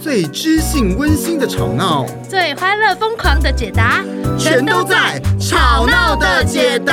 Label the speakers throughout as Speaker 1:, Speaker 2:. Speaker 1: 最知性温馨的吵闹，
Speaker 2: 最欢乐疯狂的解答，
Speaker 1: 全都在《吵闹的解答》。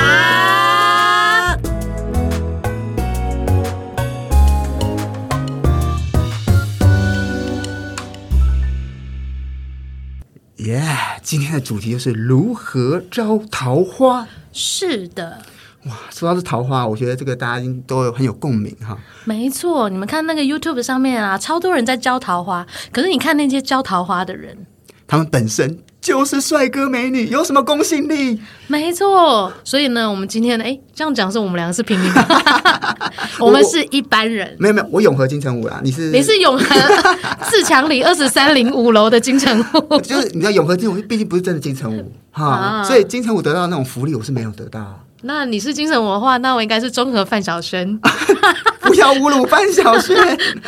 Speaker 1: 耶、今天的主题就是如何招桃花。
Speaker 2: 是的，
Speaker 1: 哇，说到这桃花，我觉得这个大家应都有很有共鸣哈。
Speaker 2: 没错。你们看那个 YouTube 上面啊，超多人在教桃花，可是你看那些教桃花的人，
Speaker 1: 他们本身就是帅哥美女，有什么公信力？
Speaker 2: 没错。所以呢，我们今天呢，哎，这样讲是我们两个是平民 吗，我们是一般人。
Speaker 1: 没有没有，我永和金城武啦，你是
Speaker 2: 你是永和自强里二十三零五楼的金城武，
Speaker 1: 就是你知道永和金城武毕竟不是真的金城武 哈，
Speaker 2: 啊
Speaker 1: 所以金城武得到那种福利我是没有得到。
Speaker 2: 那你是金城武的话，那我应该是中和范晓 萱，
Speaker 1: 不要侮辱范晓 萱，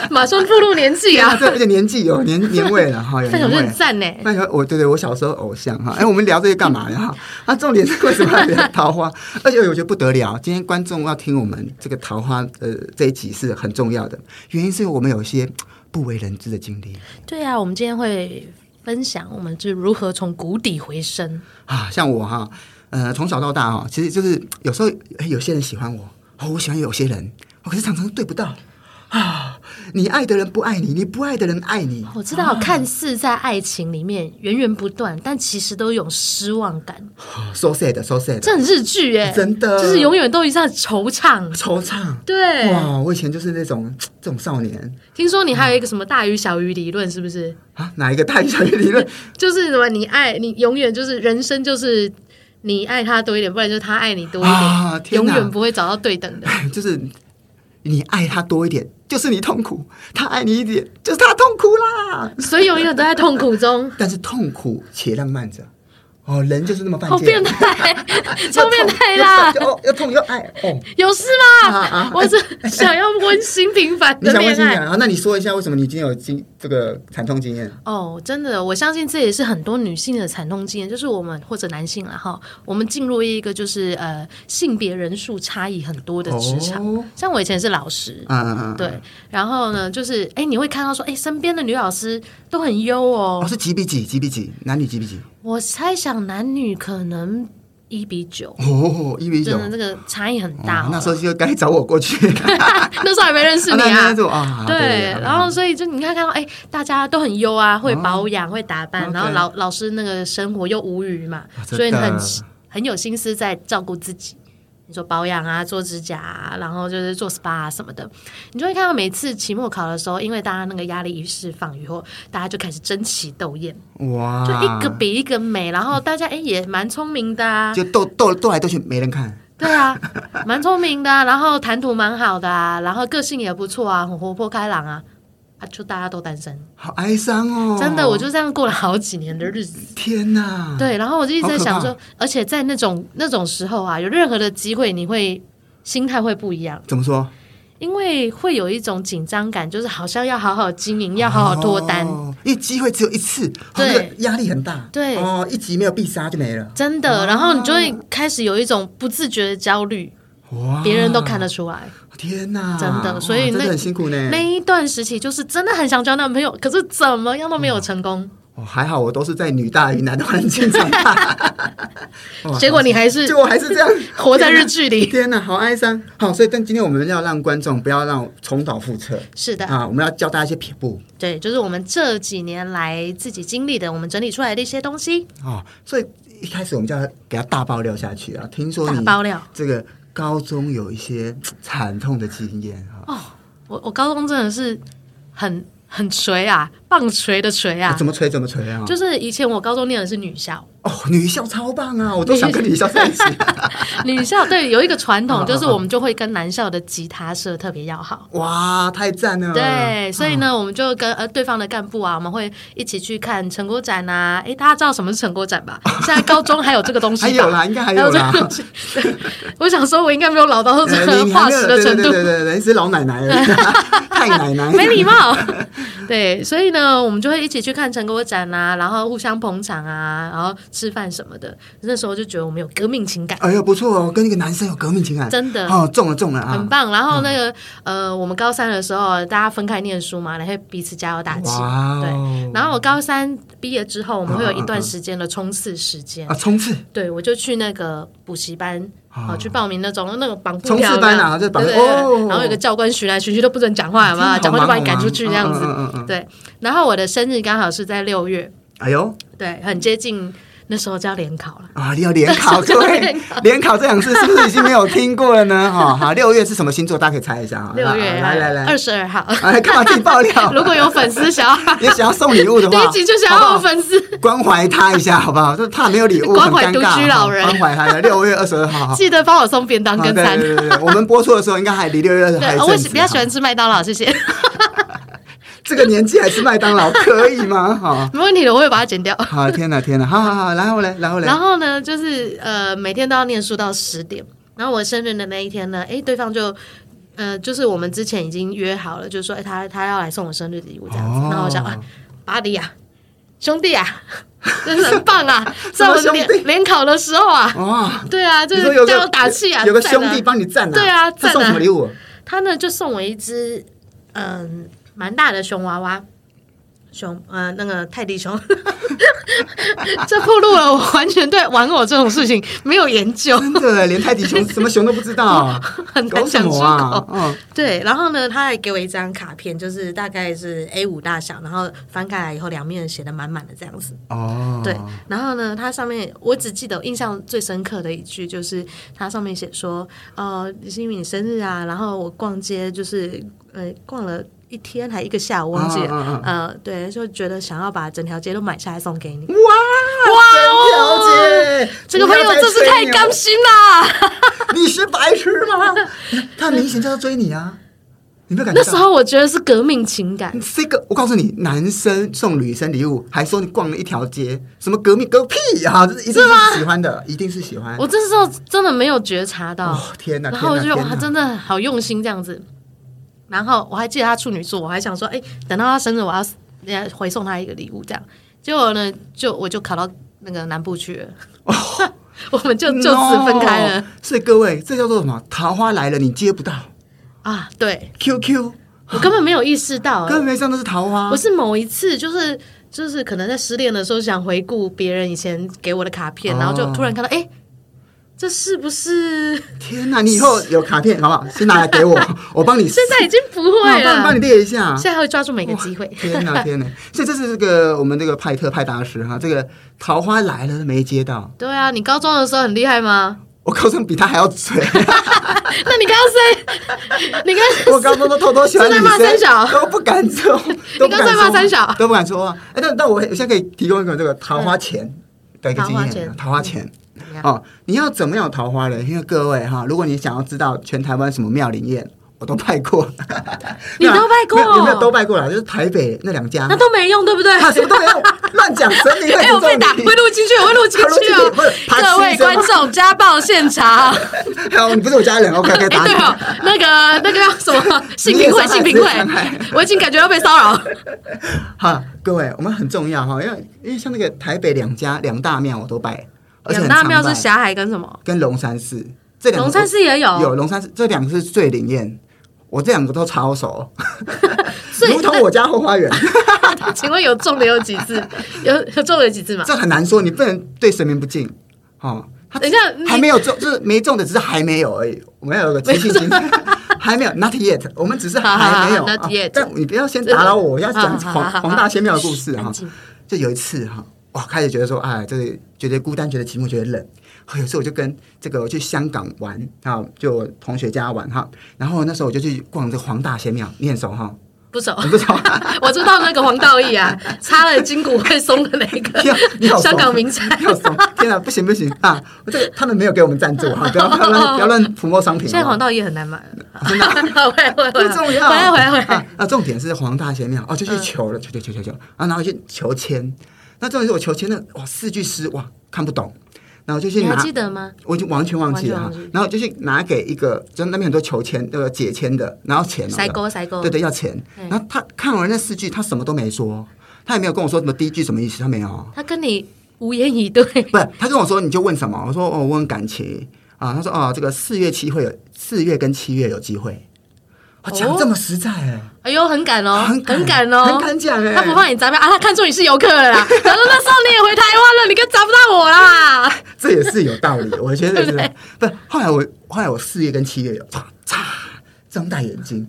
Speaker 2: 马上步入年纪
Speaker 1: 啊，
Speaker 2: 啊。
Speaker 1: 这而且年纪有年年味了哈，有
Speaker 2: 范晓
Speaker 1: 年
Speaker 2: 萱
Speaker 1: 味
Speaker 2: 很。赞呢，
Speaker 1: 范晓我对对，我小时候偶像哈。哎，我们聊这些干嘛呀？啊，重点是为什么要聊桃花？而且我觉得不得了，今天观众要听我们这个桃花呃这一集是很重要的，原因是因为我们有一些不为人知的经历。
Speaker 2: 对啊，我们今天会分享我们是如何从谷底回升。
Speaker 1: 啊，像我哈，呃，从小到大哈，其实就是有时候哎有些人喜欢我，哦，我喜欢有些人，哦、可是常常对不到啊。你爱的人不爱你，你不爱的人爱你，
Speaker 2: 我知道，看似在爱情里面源源不断，但其实都有失望感。
Speaker 1: 啊 so sad，so sad，
Speaker 2: 这很日剧哎、
Speaker 1: 真的
Speaker 2: 就是永远都一样惆怅。
Speaker 1: 惆怅。
Speaker 2: 对，
Speaker 1: 哇，我以前就是那种这种少年
Speaker 2: 听说你还有一个什么大鱼小鱼理论，是不是？
Speaker 1: 啊，哪一个大于小于理论？
Speaker 2: 就是什么你爱你永远就是人生就是你爱他多一点，不然就是他爱你多一点，
Speaker 1: 啊天
Speaker 2: 永
Speaker 1: 哪
Speaker 2: 远不会找到对等的。
Speaker 1: 就是你爱他多一点，就是你痛苦；他爱你一点，就是他痛苦啦。
Speaker 2: 所以永远都在痛苦 中，
Speaker 1: 但是痛苦且浪漫着，哦，人就是那么犯
Speaker 2: 好
Speaker 1: 贱
Speaker 2: 变，态， 超变态啦！
Speaker 1: 又痛又又痛又爱哦。
Speaker 2: 有事
Speaker 1: 啊
Speaker 2: 吗
Speaker 1: 啊？
Speaker 2: 我是想要温馨平 凡
Speaker 1: 你
Speaker 2: 的
Speaker 1: 想问
Speaker 2: 恋
Speaker 1: 心
Speaker 2: 爱
Speaker 1: 讲。啊？那你说一下为什么你今天有经这个惨痛经验？
Speaker 2: 哦，真的，我相信这也是很多女性的惨痛经验，就是我们或者男性啦哈，我们进入一个就是呃性别人数差异很多的职场，
Speaker 1: 哦
Speaker 2: 像我以前是老师。
Speaker 1: 啊啊啊！啊，
Speaker 2: 对，然后呢，就是哎，你会看到说，哎，身边的女老师都很优
Speaker 1: 哦
Speaker 2: 哦。
Speaker 1: 是几比几？几比几？男女几比几？
Speaker 2: 我猜想男女可能一比九，
Speaker 1: 哦，一比九
Speaker 2: 真。的这个差异很大
Speaker 1: 啊
Speaker 2: 哦、
Speaker 1: 那时候就该找我过 去。
Speaker 2: 那时候还没认识你
Speaker 1: 啊 那那
Speaker 2: 啊
Speaker 1: 那，就啊，对
Speaker 2: 对，然后所以就你看看到，哎，大家都很优啊，会
Speaker 1: 哦
Speaker 2: 保养，会打扮，
Speaker 1: OK
Speaker 2: 然后老老师那个生活又无语嘛，
Speaker 1: 啊真
Speaker 2: 所以
Speaker 1: 的
Speaker 2: 很很有心思在照顾自己。你说保养啊，做指甲、啊，然后就是做 SPA 啊什么的，你就会看到每次期末考的时候，因为大家那个压力一释放以后，大家就开始争奇斗艳，
Speaker 1: 对哇，
Speaker 2: 就一个比一个美，然后大家哎也蛮聪明的啊，
Speaker 1: 就斗斗斗来斗去，没人看。
Speaker 2: 对啊， 蛮聪明的啊、然后谈吐蛮好的啊，然后个性也不错啊，很活泼开朗啊，啊，就大家都单身，
Speaker 1: 好哀伤哦！
Speaker 2: 真的，我就这样过了好几年的日子。
Speaker 1: 天哪！，
Speaker 2: 对，然后我就一直在想
Speaker 1: 好
Speaker 2: 说，而且在那种那种时候啊，有任何的机会，你会心态会不一样，
Speaker 1: 怎么说？
Speaker 2: 因为会有一种紧张感，就是好像要好好经营，要好好脱单。
Speaker 1: 哦，因为机会只有一次，
Speaker 2: 对
Speaker 1: 哦那个压力很大。
Speaker 2: 对
Speaker 1: 哦，一集没有必杀就没了。
Speaker 2: 真
Speaker 1: 哦
Speaker 2: 的，然后你就会开始有一种不自觉的焦虑，
Speaker 1: 哇，
Speaker 2: 别人都看得出来。
Speaker 1: 天哪！
Speaker 2: 真的
Speaker 1: 哇
Speaker 2: 所以
Speaker 1: 真
Speaker 2: 那
Speaker 1: 的很辛苦呢。
Speaker 2: 那一段时期，就是真的很想交男朋友，可是怎么样都没有成功。
Speaker 1: 哦，还好我都是在女大于男的环境长大，啊 哇
Speaker 2: 结果你还是
Speaker 1: 结果还是这样
Speaker 2: 活在日 剧里。
Speaker 1: 天哪，好哀伤。好，所以但今天我们要让观众不要让重蹈覆辙
Speaker 2: 是的，
Speaker 1: 啊，我们要教大家一些撇步
Speaker 2: 对，就是我们这几年来自己经历的，我们整理出来的一些东西。
Speaker 1: 啊、哦。所以一开始我们就要给他大爆料下去啊。听说
Speaker 2: 大
Speaker 1: 你
Speaker 2: 爆料
Speaker 1: 这个高中有一些惨痛的经验啊。
Speaker 2: 哦，我我高中真的是很很锤啊，棒锤的锤啊，
Speaker 1: 怎么锤怎么锤啊！
Speaker 2: 就是以前我高中念的是女校，
Speaker 1: 哦，女校超棒啊，我都想跟女校在一起。
Speaker 2: 女校对有一个传
Speaker 1: 啊啊
Speaker 2: 统，
Speaker 1: 啊
Speaker 2: 就是我们就会跟男校的吉他社特别要好。
Speaker 1: 哇，太赞了！
Speaker 2: 对，所以呢，我们就跟呃对方的干部啊，我们会一起去看成果展啊。诶，大家知道什么是成果展吧？现在高中还有这个东西吧？
Speaker 1: 还有啦，应该还有
Speaker 2: 这
Speaker 1: 啦
Speaker 2: 个。东西。对我想说，我应该没有老到 这
Speaker 1: 呃
Speaker 2: 个
Speaker 1: 你还
Speaker 2: 化
Speaker 1: 没有
Speaker 2: 石的程
Speaker 1: 对对
Speaker 2: 度
Speaker 1: 对。对对，你是老奶奶了，太奶奶，
Speaker 2: 没礼貌。 对，所以呢，我们就会一起去看成果展啊，然后互相捧场啊，然后吃饭什么的。那时候就觉得我们有革命情感，
Speaker 1: 哎呦，不错哦，跟那个男生有革命情感，
Speaker 2: 真的
Speaker 1: 哦，中了中了啊
Speaker 2: 很！棒。然后那个、呃，我们高三的时候啊大家分开念书嘛，然后彼此加油打气。
Speaker 1: 哇哦，嗯
Speaker 2: 然后我高三毕业之后，我们会有一段时间的冲刺时间。
Speaker 1: 啊，冲刺
Speaker 2: 对，我就去那个补习班，
Speaker 1: 啊
Speaker 2: 好去报名那种那种绑布
Speaker 1: 冲刺
Speaker 2: 条有没有
Speaker 1: 班啊这绑
Speaker 2: 对对
Speaker 1: 哦
Speaker 2: 对。然后有个教官巡来巡去都不准讲话， 有没有？讲话就把你赶出去这样
Speaker 1: 嗯
Speaker 2: 子。
Speaker 1: 子。
Speaker 2: 对，然后我的生日刚好是在六月，
Speaker 1: 哎呦
Speaker 2: 对，很接近那时候就要联考了。
Speaker 1: 啊，要联 考对
Speaker 2: 联，
Speaker 1: 联考这两次是不 是已经没有听过了呢？哈，好，六月是什么星座？大家可以猜一下啊。
Speaker 2: 六月
Speaker 1: 来来来
Speaker 2: 二，十二号，
Speaker 1: 哎，干嘛自己爆料？
Speaker 2: 如果有粉丝想 要
Speaker 1: 也想要送礼物 的话，
Speaker 2: 这一集就想
Speaker 1: 好不
Speaker 2: 要
Speaker 1: 好
Speaker 2: 有粉丝，
Speaker 1: 关怀他一下，好不好？就怕没有礼物，
Speaker 2: 关怀
Speaker 1: 很尴尬
Speaker 2: 独居老人
Speaker 1: 哈关怀他的。六月二十二号， 好
Speaker 2: 记得帮我送便当
Speaker 1: 好
Speaker 2: 跟
Speaker 1: 对
Speaker 2: 餐。
Speaker 1: 对对对，我们播出的时候应该还离六月二十还
Speaker 2: 对，
Speaker 1: 有
Speaker 2: 哦
Speaker 1: 一
Speaker 2: 我
Speaker 1: 阵
Speaker 2: 喜
Speaker 1: 子。
Speaker 2: 比较喜
Speaker 1: 哈
Speaker 2: 欢吃麦当劳，谢谢。
Speaker 1: 这个年纪还吃麦当劳，可以 吗？哈，
Speaker 2: 没问题的，我会把它剪掉。
Speaker 1: 好，天哪，天哪，好好好，然后嘞，然后嘞，
Speaker 2: 然后呢，就是呃，每天都要念书到十点。然后我生日的那一天呢，诶，对方就呃，就是我们之前已经约好了，就是说，诶，他他要来送我生日礼物这样子。
Speaker 1: 哦
Speaker 2: 然后我想，啊，巴迪啊，兄弟啊， 真的很棒啊！在 我
Speaker 1: 什
Speaker 2: 们
Speaker 1: 么兄
Speaker 2: 联
Speaker 1: 弟
Speaker 2: 联考的时候啊，
Speaker 1: 哇，
Speaker 2: 对啊，就
Speaker 1: 你
Speaker 2: 是
Speaker 1: 说有
Speaker 2: 加
Speaker 1: 个
Speaker 2: 油打气啊，
Speaker 1: 有个
Speaker 2: 赞啊
Speaker 1: 兄弟帮你站啊，
Speaker 2: 对啊
Speaker 1: 他
Speaker 2: 赞啊
Speaker 1: 送什么礼物？
Speaker 2: 他呢就送我一只嗯蛮大的熊娃娃。熊，呃，那个泰迪熊， 这暴露了我完全对玩偶这种事情没有研究，
Speaker 1: 真的，连泰迪 熊什么熊都不知道，
Speaker 2: 很难
Speaker 1: 搞什
Speaker 2: 讲出口。
Speaker 1: 么啊？嗯，
Speaker 2: 对，然后呢，他还给我一张卡片，就是大概是 A 五大小，然后翻开来以后，两面写的满满的这样子。
Speaker 1: 哦，
Speaker 2: 对，然后呢，它上面我只记得印象最深刻的一句，就是它上面写说，呃，是因为你生日啊，然后我逛街就是呃逛了一天还一个下午，忘记了，
Speaker 1: 嗯嗯
Speaker 2: 呃，对，就觉得想要把整条街都买下来送给你。
Speaker 1: 哇，真了解，
Speaker 2: 这个朋友真是太
Speaker 1: 刚
Speaker 2: 甘，心啦！
Speaker 1: 你是白痴 吗？他明显就要追你啊，你没有感觉
Speaker 2: 那
Speaker 1: 到
Speaker 2: 时？候我觉得是革命情感，
Speaker 1: 这个我告诉你，男生送女生礼物，还说你逛了一条街，什么革命革屁啊！这一定是喜欢的，一定是喜欢。
Speaker 2: 我这时候真的没有觉察到。
Speaker 1: 哦，天哪！
Speaker 2: 然后我就
Speaker 1: 天
Speaker 2: 觉
Speaker 1: 哪
Speaker 2: 得哇，
Speaker 1: 天哪
Speaker 2: 真的好用心这样子。然后我还记得他处女座，我还想说，哎，等到他生日，我要人家回送他一个礼物这样。结果呢，就我就考到那个南部去了， 我们就就此分开
Speaker 1: 哦
Speaker 2: 了
Speaker 1: No，所以各位，这叫做什么？桃花来了，你接不到。
Speaker 2: 啊！对
Speaker 1: QQ
Speaker 2: 我根本没有意识 到、
Speaker 1: 根本
Speaker 2: 哎
Speaker 1: 没上都是桃花
Speaker 2: 我。是某一次就是就是可能在失恋的时候想回顾别人以前给我的卡片，
Speaker 1: 哦
Speaker 2: 然后就突然看到，哎，这是不是
Speaker 1: 天哪！你以后有卡片好不好？先拿来给我，我帮你。
Speaker 2: 现在已经不
Speaker 1: 啊
Speaker 2: 会
Speaker 1: 帮你帮
Speaker 2: 了
Speaker 1: 你？列一下。
Speaker 2: 现在会抓住每个机会。
Speaker 1: 天哪，天哪！所以这是这个我们这个派特派大师哈，这个桃花来了没接到，
Speaker 2: 对啊，你高中的时候很厉害吗？
Speaker 1: 我高中比他还要 嘴，
Speaker 2: 那你刚刚谁？你
Speaker 1: 我
Speaker 2: 刚
Speaker 1: 高中都偷偷喜欢女
Speaker 2: 是在骂三
Speaker 1: 生，
Speaker 2: 小
Speaker 1: 都不敢说，都不
Speaker 2: 你刚才
Speaker 1: 敢
Speaker 2: 骂
Speaker 1: 说
Speaker 2: 三小
Speaker 1: 都不敢说话。哎，但但我现在可以提供一个这个桃花钱的一个经
Speaker 2: 嗯桃花
Speaker 1: 验，啊
Speaker 2: 钱嗯
Speaker 1: 桃花钱。
Speaker 2: 怎么样
Speaker 1: 哦，你要怎么样有桃花嘞？因为各位哈，如果你想要知道全台湾什么庙林宴，我都拜过，
Speaker 2: 你都拜过
Speaker 1: 没有没有没有都拜过了，就是台北那两家
Speaker 2: 那，都没用，对不对？
Speaker 1: 啊，什么都没有，乱讲神明
Speaker 2: 哎、我被
Speaker 1: 会
Speaker 2: 打，
Speaker 1: 诅咒
Speaker 2: 会录进去，我会录进去
Speaker 1: 好录进去不
Speaker 2: 哦
Speaker 1: 是。爬
Speaker 2: 各位
Speaker 1: 七声
Speaker 2: 观众，家暴现场。
Speaker 1: 你。 好，你不是我家人，OK OK，
Speaker 2: 哎、
Speaker 1: 打你
Speaker 2: 对。哦，那个那个叫什么？性平会，性平
Speaker 1: 直接伤害
Speaker 2: 会，我已经感觉到被骚扰。
Speaker 1: 好，各位，我们很重要哈，因为因为像那个台北两家两大庙我都拜，而且
Speaker 2: 两
Speaker 1: 很
Speaker 2: 大
Speaker 1: 常
Speaker 2: 庙
Speaker 1: 拜
Speaker 2: 是霞海跟什么？
Speaker 1: 跟龙山寺，这两个
Speaker 2: 龙山寺哦也有
Speaker 1: 有龙山寺，这两个是最灵验。我这两个都超熟，
Speaker 2: 所以
Speaker 1: 如同我家后花园。
Speaker 2: 请问有中的有几次？有有中的有几次吗？
Speaker 1: 这很难说，你不能对神明不敬。哦，他
Speaker 2: 等一下你
Speaker 1: 还没有中，就是没中的，只是还没有而已。我们要有个提醒心， 还没有，not yet。我们只是还没有
Speaker 2: 好好好 not
Speaker 1: 啊
Speaker 2: yet
Speaker 1: 但你不要先打扰我，我要讲
Speaker 2: 好好
Speaker 1: 黄
Speaker 2: 好好
Speaker 1: 黄大仙庙的故事
Speaker 2: 嘘
Speaker 1: 哈
Speaker 2: 安。静
Speaker 1: 就有一次哈，哇，开始觉得说，哎，这里觉得孤单，觉得寂寞，觉得冷。有时候我就跟这个我去香港玩啊，就我同学家玩哈。然后那时候我就去逛这个黄大仙庙，你很熟哈？
Speaker 2: 不熟，
Speaker 1: 你不 熟？
Speaker 2: 我知道那个黄道义啊，插了筋骨会松的那
Speaker 1: 你好你
Speaker 2: 个
Speaker 1: 好
Speaker 2: 香港名
Speaker 1: 怂
Speaker 2: 产。
Speaker 1: 你好怂！天哪，不行不行啊！我这个他们没有给我们赞助哈，不要不要乱不要乱涂抹商品。
Speaker 2: 哦现在
Speaker 1: 好不好
Speaker 2: 黄道也很 难买了，真的 会会
Speaker 1: 不
Speaker 2: 会，
Speaker 1: 重要，
Speaker 2: 回来回来嗯回来
Speaker 1: 啊。！啊重点是黄大仙庙哦，就去求了，求求求求求，然后然后去求签。那重点是我求签那哇四句诗哇看不懂，然后就去
Speaker 2: 你还
Speaker 1: 拿
Speaker 2: 记得吗？
Speaker 1: 我已经完全忘记了
Speaker 2: 完
Speaker 1: 哈
Speaker 2: 全忘记。
Speaker 1: 然后就去拿给一个，就那边很多求签、呃解签的，然后钱
Speaker 2: 塞
Speaker 1: 哦，
Speaker 2: 沟塞沟，
Speaker 1: 对对，要钱
Speaker 2: 嗯。
Speaker 1: 然后他看完那四句，他什么都没说，他也没有跟我说什么第一句什么意思，他没有。
Speaker 2: 他跟你无言以对，
Speaker 1: 不是，他跟我说你就问什么，我说哦，我问感情啊。他说哦，这个四月七会有，四月跟七月有机会。我讲这么实在哎、
Speaker 2: 哎呦，很敢哦，
Speaker 1: 很敢
Speaker 2: 敢哦，
Speaker 1: 很敢讲哎、
Speaker 2: 他不怕你砸票啊，他看出你是游客 了啦。然后那时候你也回台湾了，你更砸不到 我啦。
Speaker 1: 这也是有道理，我觉 得是。不，后来我后来我四月跟七月有，唰嚓，睁大眼睛，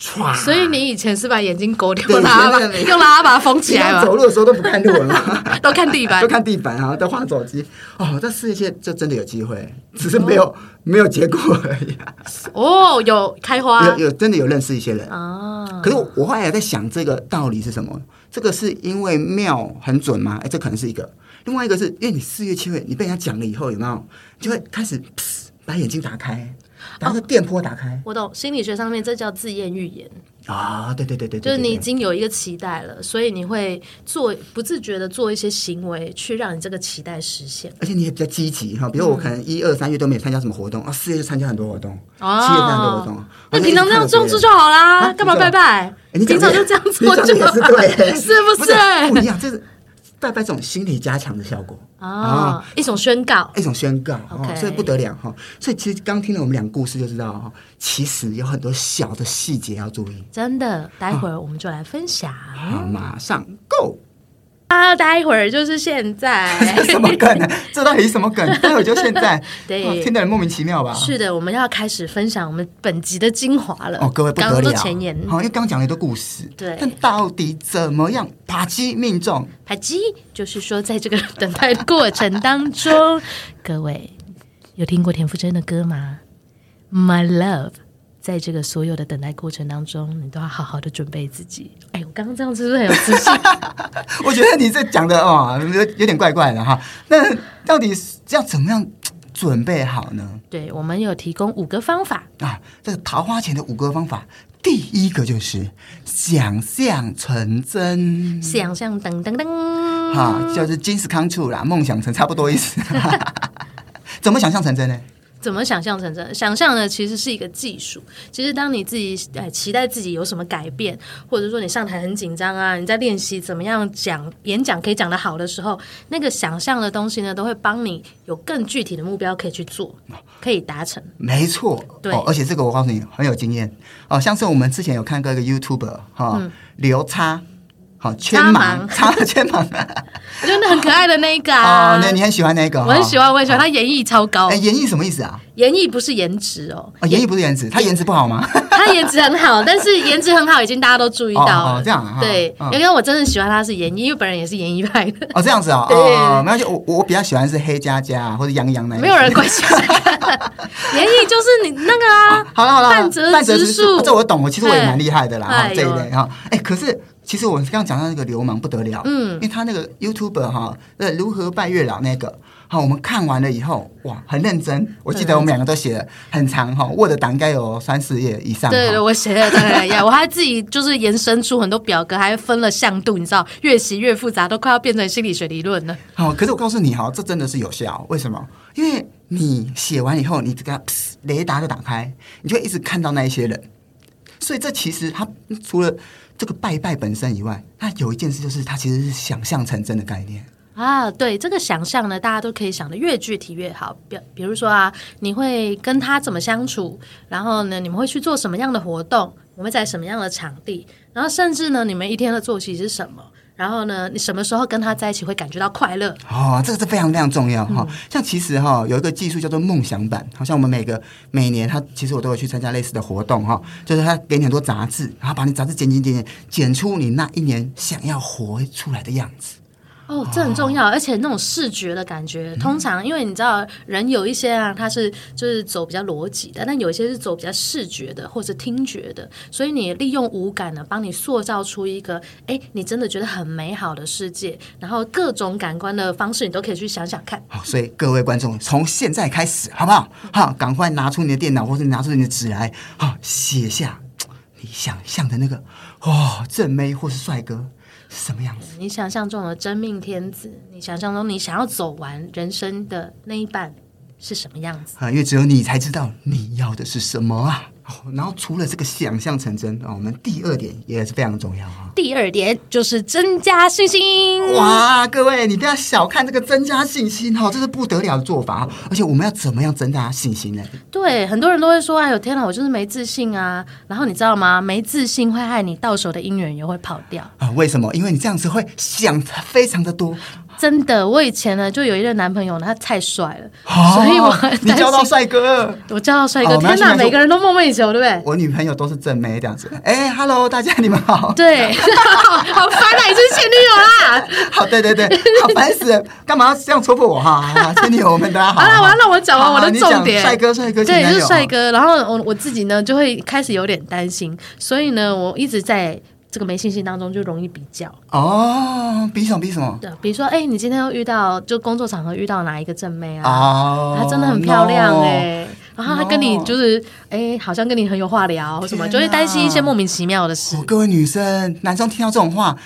Speaker 1: 唰，
Speaker 2: 所以你以前是把眼睛勾掉
Speaker 1: 对
Speaker 2: 拉把，
Speaker 1: 以前真的
Speaker 2: 用拉把它封起
Speaker 1: 平
Speaker 2: 来
Speaker 1: 常
Speaker 2: 吧，
Speaker 1: 走路的时候都不看路了吗？
Speaker 2: 都看地板
Speaker 1: 都。看地板啊，都划手机。哦，这世界就真的有机会，只是没有、没有结果而已、啊
Speaker 2: 哦，有开花
Speaker 1: 有有真的有认识一些人，
Speaker 2: 啊。
Speaker 1: 可是我我后来在想这个道理是什么？这个是因为庙很准吗？哎，这可能是一个。另外一个是因为你四月七月你被人家讲了以后，有没有就会开始噗把眼睛打开，把
Speaker 2: 哦
Speaker 1: 那个电波打开
Speaker 2: 我懂，心理学上面这叫自验预言，
Speaker 1: 啊、对对对对对，
Speaker 2: 就是
Speaker 1: 对
Speaker 2: 你已
Speaker 1: 对
Speaker 2: 经有一个期待了，所以你会做不自觉的做一些行为，去让你这个期待实现。
Speaker 1: 而且你也比较积极哈，比如我
Speaker 2: 嗯
Speaker 1: 可能一二三月都没有参加什么活动啊，四月就参加很多活动，七
Speaker 2: 哦
Speaker 1: 月参加很多活动。好
Speaker 2: 那
Speaker 1: 像
Speaker 2: 平常这样
Speaker 1: 一直看
Speaker 2: 种
Speaker 1: 着别人
Speaker 2: 植就好啦，
Speaker 1: 啊
Speaker 2: 干嘛
Speaker 1: 你
Speaker 2: 拜
Speaker 1: 讲
Speaker 2: 拜？
Speaker 1: 哎你
Speaker 2: 平
Speaker 1: 讲
Speaker 2: 常
Speaker 1: 的
Speaker 2: 就
Speaker 1: 也
Speaker 2: 这样
Speaker 1: 你
Speaker 2: 做
Speaker 1: 讲的
Speaker 2: 就
Speaker 1: 也
Speaker 2: 好
Speaker 1: 是对，
Speaker 2: 是不
Speaker 1: 不啊
Speaker 2: 是？
Speaker 1: 不一样，这是拜拜这种心理加强的效果
Speaker 2: 啊，一种宣告。
Speaker 1: 一种宣告哦
Speaker 2: OK
Speaker 1: 所以不得了哈、哦。所以其实刚听了我们两个故事就知道哈、哦，其实有很多小的细节要注意。
Speaker 2: 真的，待会儿我们就来分享。
Speaker 1: 好，马上 Go！
Speaker 2: 啊，待会儿就是现在。
Speaker 1: 什么梗呢？啊这到底是什么梗？待会儿就现在，
Speaker 2: 对
Speaker 1: 哦听得人莫名其妙吧？
Speaker 2: 是的，我们要开始分享我们本集的精华了。
Speaker 1: 哦，各位不
Speaker 2: 呃刚
Speaker 1: 得了，
Speaker 2: 刚做前言，
Speaker 1: 好、因为刚讲了一个故事，
Speaker 2: 对
Speaker 1: 但到底怎么样把击命中？
Speaker 2: 排击就是说，在这个等待的过程当中，各位有听过田馥甄的歌吗？My Love。在这个所有的等待过程当中，你都要好好的准备自己。哎，我刚刚这样是不是很有自信？
Speaker 1: 我觉得你这讲的哦，有有点怪怪的哈。那到底是要怎么样准备好呢？
Speaker 2: 对我们有提供五个方法，
Speaker 1: 啊，这个桃花前的五个方法，第一个就是想象成真。
Speaker 2: 想象噔噔噔，
Speaker 1: 啊，就是金石康处啦，梦想成差不多意思。 怎么想象成真呢？
Speaker 2: 怎么想象成真？想象呢，其实是一个技术。其实当你自己呃期待自己有什么改变，或者说你上台很紧张啊，你在练习怎么样讲演讲可以讲得好的时候，那个想象的东西呢，都会帮你有更具体的目标可以去做，
Speaker 1: 哦
Speaker 2: 可以达成。
Speaker 1: 没错，
Speaker 2: 对
Speaker 1: 哦，而且这个我告诉你很有经验哦。像是我们之前有看过一个 YouTuber 哈、
Speaker 2: 嗯
Speaker 1: 刘叉，好、圈盲，叉了圈盲
Speaker 2: 我觉得那很可爱的那一个 啊，
Speaker 1: 哦，那你很喜欢那个？
Speaker 2: 我很喜
Speaker 1: 欢。
Speaker 2: 欢，我很喜欢，他演绎超高
Speaker 1: 哎，，演绎什么意思啊？
Speaker 2: 演绎不是颜值哦，
Speaker 1: 哦，颜艺不是颜值，他颜值不好 吗？
Speaker 2: 他颜值很好，但是颜值很好已经大家都注意到了。
Speaker 1: 哦哦这样啊
Speaker 2: 对，
Speaker 1: 嗯
Speaker 2: 因为我真的喜欢他是演绎，因为本人也是演绎派的。
Speaker 1: 哦，这样子啊、哦，
Speaker 2: 对
Speaker 1: 哦，没关系，我我比较喜欢是黑佳佳啊或者杨洋那一种
Speaker 2: 没有人关心这个。 演绎就是你那个啊，
Speaker 1: 好了好了，
Speaker 2: 半折
Speaker 1: 之
Speaker 2: 之术
Speaker 1: 这我懂，我其实我也蛮厉害的啦，哈，
Speaker 2: 哎
Speaker 1: 这一
Speaker 2: 哎
Speaker 1: 类哈。哎，可是其实我刚刚讲到那个流氓不得了，
Speaker 2: 嗯
Speaker 1: 因为他那个 YouTuber 哈，呃，如何拜月老那个。好，我们看完了以后，哇，很认真。我记得我们两个都写了很长哈，Word 档应该有三四页以上。
Speaker 2: 对
Speaker 1: 哈
Speaker 2: 对，我写的当然呀，我还自己就是延伸出很多表格，还分了向度，你知道，越洗越复杂，都快要变成心理学理论了。
Speaker 1: 好，可是我告诉你哈，这真的是有效。为什么？因为你写完以后，你这个噗雷达就打开，你就会一直看到那一些人。所以这其实它除了这个拜拜本身以外，它有一件事就是它其实是想象成真的概念。
Speaker 2: 啊，对这个想象呢，大家都可以想的越具体越好。比比如说啊，你会跟他怎么相处，然后呢，你们会去做什么样的活动，你们会在什么样的场地，然后甚至呢，你们一天的作息是什么，然后呢，你什么时候跟他在一起会感觉到快乐，
Speaker 1: 哦，这个是非常非常重要哈、像其实哈、有一个技术叫做梦想版，好像我们每个每年它其实我都有去参加类似的活动哈、就是它给你很多杂志，然后把你杂志剪剪剪剪，剪出你那一年想要活出来的样子。
Speaker 2: 哦，这很重要，而且那种视觉的感觉，通常因为你知道人有一些啊，他是就是走比较逻辑的，但有一些是走比较视觉的或者听觉的，所以你利用五感呢，帮你塑造出一个哎，你真的觉得很美好的世界，然后各种感官的方式你都可以去想想看。
Speaker 1: 好，所以各位观众，从现在开始，好不好？好，赶快拿出你的电脑，或者拿出你的纸来，好写下嘖你想象的那个哦，正妹或是帅哥，是什么样子？
Speaker 2: 你想象中的真命天子，你想象中你想要走完人生的那一半是什么样子？
Speaker 1: 啊，因为只有你才知道你要的是什么啊。哦然后除了这个想象成真啊、我们第二点也是非常重要啊。
Speaker 2: 第二点就是增加信心。
Speaker 1: 哇，各位，你不要小看这个增加信心哈、哦，这是不得了的做法哦。而且我们要怎么样增加信心呢？
Speaker 2: 对，很多人都会说：“哎呦天哪，我就是没自信啊！”然后你知道吗？没自信会害你到手的姻缘也会跑掉。
Speaker 1: 啊，为什么？因为你这样子会想非常的多，
Speaker 2: 真的，我以前呢就有一个男朋友呢，他太帅了，
Speaker 1: 哦
Speaker 2: 所以我很
Speaker 1: 你
Speaker 2: 担
Speaker 1: 交到
Speaker 2: 心。
Speaker 1: 帅哥了。
Speaker 2: 我交到帅哥，
Speaker 1: 哦没
Speaker 2: 天
Speaker 1: 关系
Speaker 2: 哪，
Speaker 1: 没关系
Speaker 2: 每个人都梦寐以求，对不对？
Speaker 1: 我女朋友都是正妹这样子。哎、h e l l o 大家你们好。
Speaker 2: 对， 好烦啊！已经是前女友啦。
Speaker 1: 好，对对对，好烦死了，干嘛要这样戳破我哈？ 啊 前女友们大家好。
Speaker 2: 好了，我要让我讲完
Speaker 1: 好
Speaker 2: 我的
Speaker 1: 你讲
Speaker 2: 重点。
Speaker 1: 帅哥，帅哥，前
Speaker 2: 对，
Speaker 1: 男
Speaker 2: 就
Speaker 1: 友
Speaker 2: 是帅。哥。然后呃我我自己呢，就会开始有点担心，所以呢，我一直在这个没信心当中就容易比较。
Speaker 1: 哦，比什么比什么？
Speaker 2: 对，比如说，哎、你今天又遇到就工作场合遇到哪一个正妹啊？
Speaker 1: 哦，
Speaker 2: 她真的很漂亮
Speaker 1: no
Speaker 2: 哎、然后她跟你
Speaker 1: No
Speaker 2: 就是哎、好像跟你很有话聊或什么，
Speaker 1: 天
Speaker 2: 就会担心一些
Speaker 1: 哪
Speaker 2: 莫名其妙的事
Speaker 1: 哦。各位女生，男生听到这种话，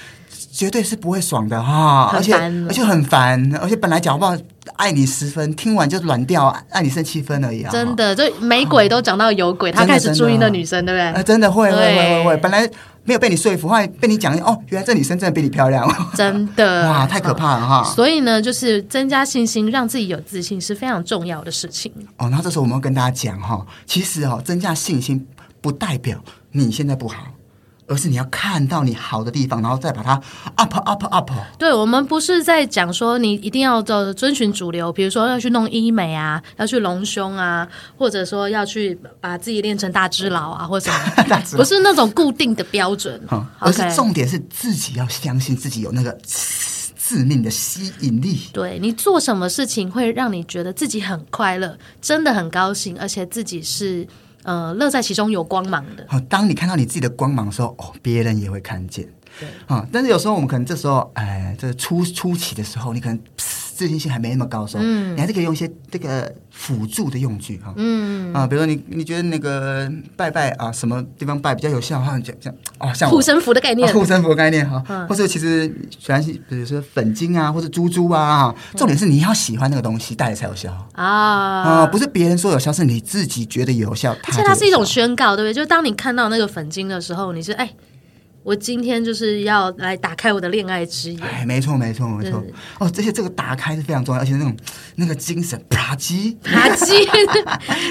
Speaker 1: 绝对是不会爽的哈，
Speaker 2: 很
Speaker 1: 而且
Speaker 2: 烦
Speaker 1: 而且很烦，而且本来讲不好爱你十分，听完就软掉，爱你剩七分而已啊。
Speaker 2: 真的，就每鬼都讲到有鬼，她
Speaker 1: 哎真的
Speaker 2: 开始注意
Speaker 1: 真
Speaker 2: 那
Speaker 1: 的
Speaker 2: 女生，对不对？
Speaker 1: 呃，真的会会会
Speaker 2: 对
Speaker 1: 会会，本来没有被你说服，后来被你讲哦，原来这女生真的比你漂亮，
Speaker 2: 真的嗯
Speaker 1: 哇，太可怕了哈！
Speaker 2: 所以呢，就是增加信心，让自己有自信是非常重要的事情。
Speaker 1: 哦，那这时候我们要跟大家讲哈，其实哦，增加信心不代表你现在不好，而是你要看到你好的地方，然后再把它 up up up。
Speaker 2: 对我们不是在讲说你一定要呃遵循主流，比如说要去弄医美啊，要去隆胸啊，或者说要去把自己练成大只佬啊，或者什么
Speaker 1: 大只佬
Speaker 2: 不是那种固定的标准
Speaker 1: 哈，。而
Speaker 2: OK，
Speaker 1: 是重点是自己要相信自己有那个致命的吸引力。
Speaker 2: 对你做什么事情会让你觉得自己很快乐，真的很高兴，而且自己是呃乐在其中有光芒的。
Speaker 1: 好，当你看到你自己的光芒的时候，哦，别人也会看见。啊、但是有时候我们可能这时候，哎，这初初期的时候，你可能嘶自信心还没那么高的时候，
Speaker 2: 嗯
Speaker 1: 你还是可以用一些这个辅助的用具哈。嗯啊，比如说你你觉得那个拜拜啊，什么地方拜比较有效的话，你就像哦，像我
Speaker 2: 护身符的概念嗯
Speaker 1: 啊，护身符的概念哈，或者其实喜欢比如说粉晶啊，或者珠珠啊，
Speaker 2: 嗯
Speaker 1: 重点是你要喜欢那个东西，带来才有效啊、
Speaker 2: 啊
Speaker 1: 不是别人说有效，是你自己觉得有效，
Speaker 2: 而且
Speaker 1: 就有
Speaker 2: 它是一种
Speaker 1: 效
Speaker 2: 宣告，对不对？就当你看到那个粉晶的时候，你是哎，我今天就是要来打开我的恋爱之眼。
Speaker 1: 哎，没错，没错，没错
Speaker 2: 对。
Speaker 1: 哦，这些这个打开是非常重要，而且那种那个精神啪叽，
Speaker 2: 垃圾，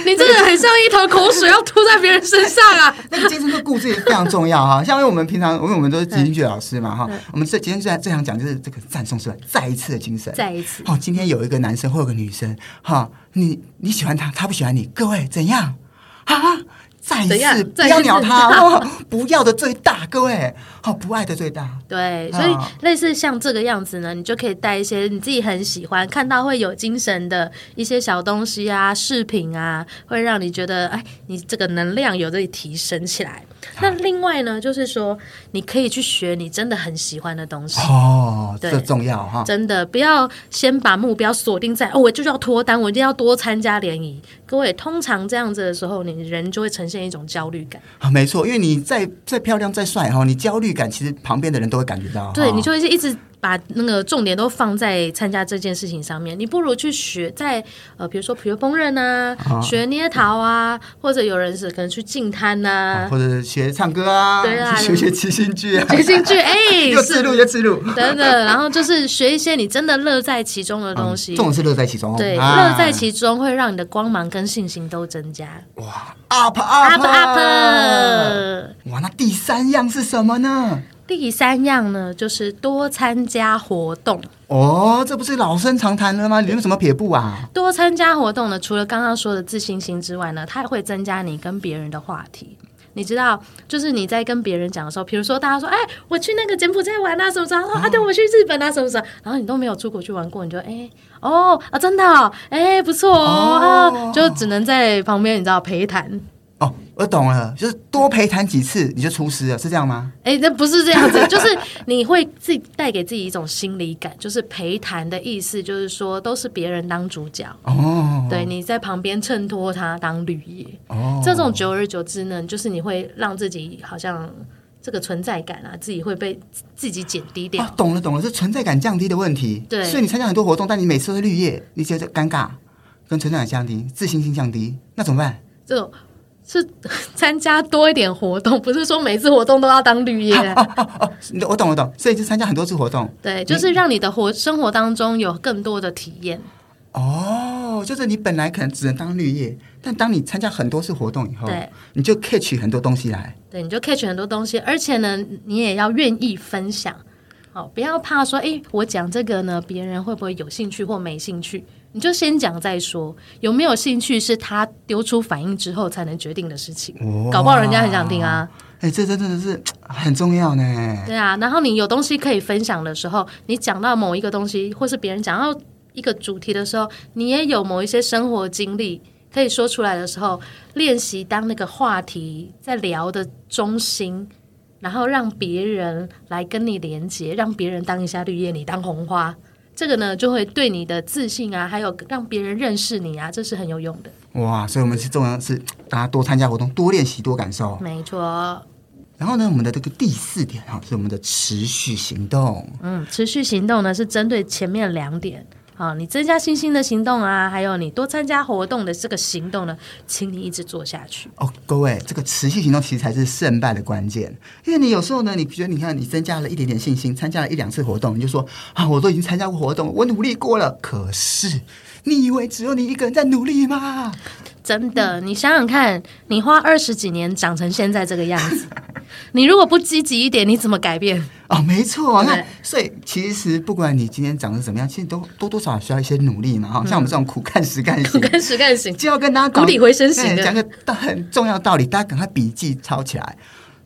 Speaker 2: 你这个很像一头口水要吐在别人身上啊！
Speaker 1: 那个精神的故事也非常重要哈。 像因为我们平常，因为我们都是经济学老师嘛哈，我们这今天最最想讲就是这个赞颂是吧？再一次的精神。
Speaker 2: 再一次，
Speaker 1: 哦，今天有一个男生或有个女生哈，你你喜欢他，他不喜欢你，各位怎样啊？再一
Speaker 2: 怎样
Speaker 1: 次，不
Speaker 2: 再一
Speaker 1: 要
Speaker 2: 次
Speaker 1: 鸟他，哦 不要的最大，各位，好、不爱的最大。
Speaker 2: 对，
Speaker 1: 啊
Speaker 2: 所以类似像这个样子呢，你就可以带一些你自己很喜欢、看到会有精神的一些小东西啊、饰品啊，会让你觉得哎，你这个能量有在提升起来。那另外呢，就是说你可以去学你真的很喜欢的东西。
Speaker 1: 哦，
Speaker 2: 对
Speaker 1: 这重要哈。
Speaker 2: 真的不要先把目标锁定在哦，我就是要脱单，我一定要多参加联谊。各位，通常这样子的时候，你人就会呈现一种焦虑感，
Speaker 1: 啊，没错，因为你再再漂亮再帅哈，你焦虑感其实旁边的人都会感觉到。
Speaker 2: 对
Speaker 1: 哈
Speaker 2: 你就会一直把那个重点都放在参加这件事情上面。你不如去学在呃，比如说学烹饪啊，
Speaker 1: 哦
Speaker 2: 学捏陶啊，或者有人是可能去净滩啊
Speaker 1: 啊
Speaker 2: 呐、
Speaker 1: 或者学唱歌啊，
Speaker 2: 呃对啊
Speaker 1: 学学即兴剧啊，
Speaker 2: 学兴 趣，哎、
Speaker 1: 又自录又自录，
Speaker 2: 等等，然后就是学一些你真的乐在其中的东西。
Speaker 1: 嗯这种是乐在其中哦，
Speaker 2: 对，
Speaker 1: 啊
Speaker 2: 乐在其中会让你的光芒跟信心都增加。
Speaker 1: up up
Speaker 2: up up。
Speaker 1: 哇，那第三样是什么呢？
Speaker 2: 第三样呢，就是多参加活动。
Speaker 1: 哦，这不是老生常谈了吗？你为什么撇步啊？
Speaker 2: 多参加活动呢，除了刚刚说的自信心之外呢，它还会增加你跟别人的话题。你知道，就是你在跟别人讲的时候，比如说大家说：“哎，我去那个柬埔寨玩啊，什么什么哦啊，对，我去日本啊，什么什么。”然后你都没有出国去玩过，你就哎哦啊，真的哦哎、不错哦
Speaker 1: 哦
Speaker 2: 啊，就只能在旁边你知道陪谈。
Speaker 1: 哦，我懂了，就是多陪谈几次你就出师了，是这样吗？
Speaker 2: 哎，那不是这样子，就是你会自己带给自己一种心理感，就是陪谈的意思，就是说都是别人当主角，
Speaker 1: 哦
Speaker 2: 对，你在旁边衬托他当绿叶，
Speaker 1: 哦，
Speaker 2: 这种久而久之呢，就是你会让自己好像这个存在感啊，自己会被自己减低掉。
Speaker 1: 哦，懂了懂了，是存在感降低的问题。
Speaker 2: 对
Speaker 1: 所以你参加很多活动，但你每次都是绿叶，你觉得尴尬，跟存在感降低，自信心降低，那怎么办？
Speaker 2: 这种是 参加多一点活动，不是说每次活动都要当绿叶。啊
Speaker 1: 哦
Speaker 2: 哦
Speaker 1: 你我懂我懂，所以就参加很多次活动。
Speaker 2: 对，就是让你的活生活当中有更多的体验。
Speaker 1: 哦，就是你本来可能只能当绿叶，但当你参加很多次活动以后
Speaker 2: 对，
Speaker 1: 你就 catch 很多东西来。
Speaker 2: 对，你就 catch 很多东西，而且呢，你也要愿意分享，哦，不要怕说，诶，我讲这个呢，别人会不会有兴趣或没兴趣？你就先讲再说，有没有兴趣是他丢出反应之后才能决定的事情，
Speaker 1: 哇
Speaker 2: 搞不好人家很想听啊，
Speaker 1: 哎，这真的是很重要呢。
Speaker 2: 对啊。然后你有东西可以分享的时候，你讲到某一个东西，或是别人讲到一个主题的时候，你也有某一些生活经历可以说出来的时候，练习当那个话题在聊的中心，然后让别人来跟你连接，让别人当一下绿叶，你当红花。这个呢，就会对你的自信啊，还有让别人认识你啊，这是很有用的。
Speaker 1: 哇，所以我们是重要的是大家多参加活动，多练习，多感受。
Speaker 2: 没错，
Speaker 1: 然后呢，我们的这个第四点哈，是我们的持续行动。
Speaker 2: 嗯，持续行动呢是针对前面两点啊，你增加信心的行动啊，还有你多参加活动的这个行动呢，请你一直做下去。
Speaker 1: 哦，各位，这个持续行动其实才是胜败的关键。因为你有时候呢，你觉得你看你增加了一点点信心，参加了一两次活动，你就说啊，我都已经参加过活动，我努力过了。可是，你以为只有你一个人在努力吗？
Speaker 2: 真的，你想想看，你花二十几年长成现在这个样子， 你如果不积极一点，你怎么改变？
Speaker 1: 哦，没错，
Speaker 2: 对
Speaker 1: 那所以其实不管你今天长得怎么样，其实都多多少少需要一些努力嘛。哈、像我们这种苦干实干型，
Speaker 2: 跟实干行，
Speaker 1: 就要跟大家讲
Speaker 2: 釜底回升型的
Speaker 1: 对讲个大很重要道理，大家赶快笔记抄起来。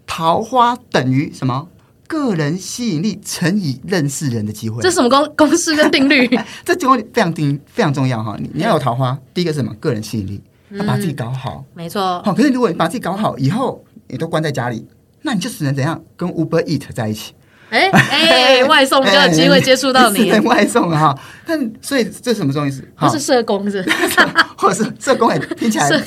Speaker 1: 桃花等于什么？个人吸引力乘以认识人的机会
Speaker 2: 这。是什么公公式跟定 律？
Speaker 1: 这结果非常定非常重要哈。你你要有桃
Speaker 2: 嗯
Speaker 1: 花，第一个是什么？个人吸引力，要把自己搞好。
Speaker 2: 没错，
Speaker 1: 好、可是如果你把自己搞好以后，你都关在家里，那你就只能怎样？跟 Uber Eat 在一起。
Speaker 2: 哎 哎，外送比较有机会接触 到 你
Speaker 1: 只，能哎外送哈。但所以这什么东西是？
Speaker 2: 不
Speaker 1: 好
Speaker 2: 是社工是不是？
Speaker 1: 或者是社工也听起来
Speaker 2: 社，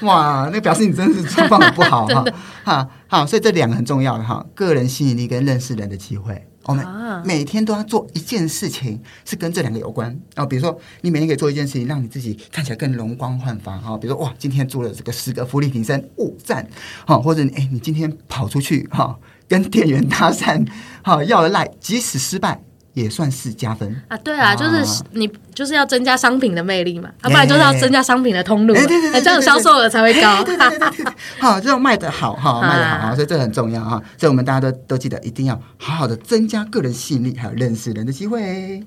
Speaker 1: 哇，那表示你真的是状况很不 好哈。哈，好，所以这两个很重要的哈，个人吸引力跟认识人的机会。我们
Speaker 2: 啊
Speaker 1: 每天都要做一件事情，是跟这两个有关啊、比如说，你每天可以做一件事情，让你自己看起来更容光焕发哈、比如说，哇，今天做了这个十个浮力挺身，哦，赞！好、或者你哎，你今天跑出去哈、跟店员搭讪，好、要了赖，即使失败也算是加分。
Speaker 2: 啊，对啊，就是
Speaker 1: 啊
Speaker 2: 你就是要增加商品的魅力嘛，啊，
Speaker 1: 耶
Speaker 2: 不然就是要增加商品的通路嘛
Speaker 1: 哎对对，对
Speaker 2: 哎这样
Speaker 1: 对对
Speaker 2: 销售额才会高。啊
Speaker 1: 对对对对对，好，这种卖得好哈，卖得好哈，所以这很重要哈。所以我们大家都都记得，一定要好好的增加个人吸引力，还有认识人的机会。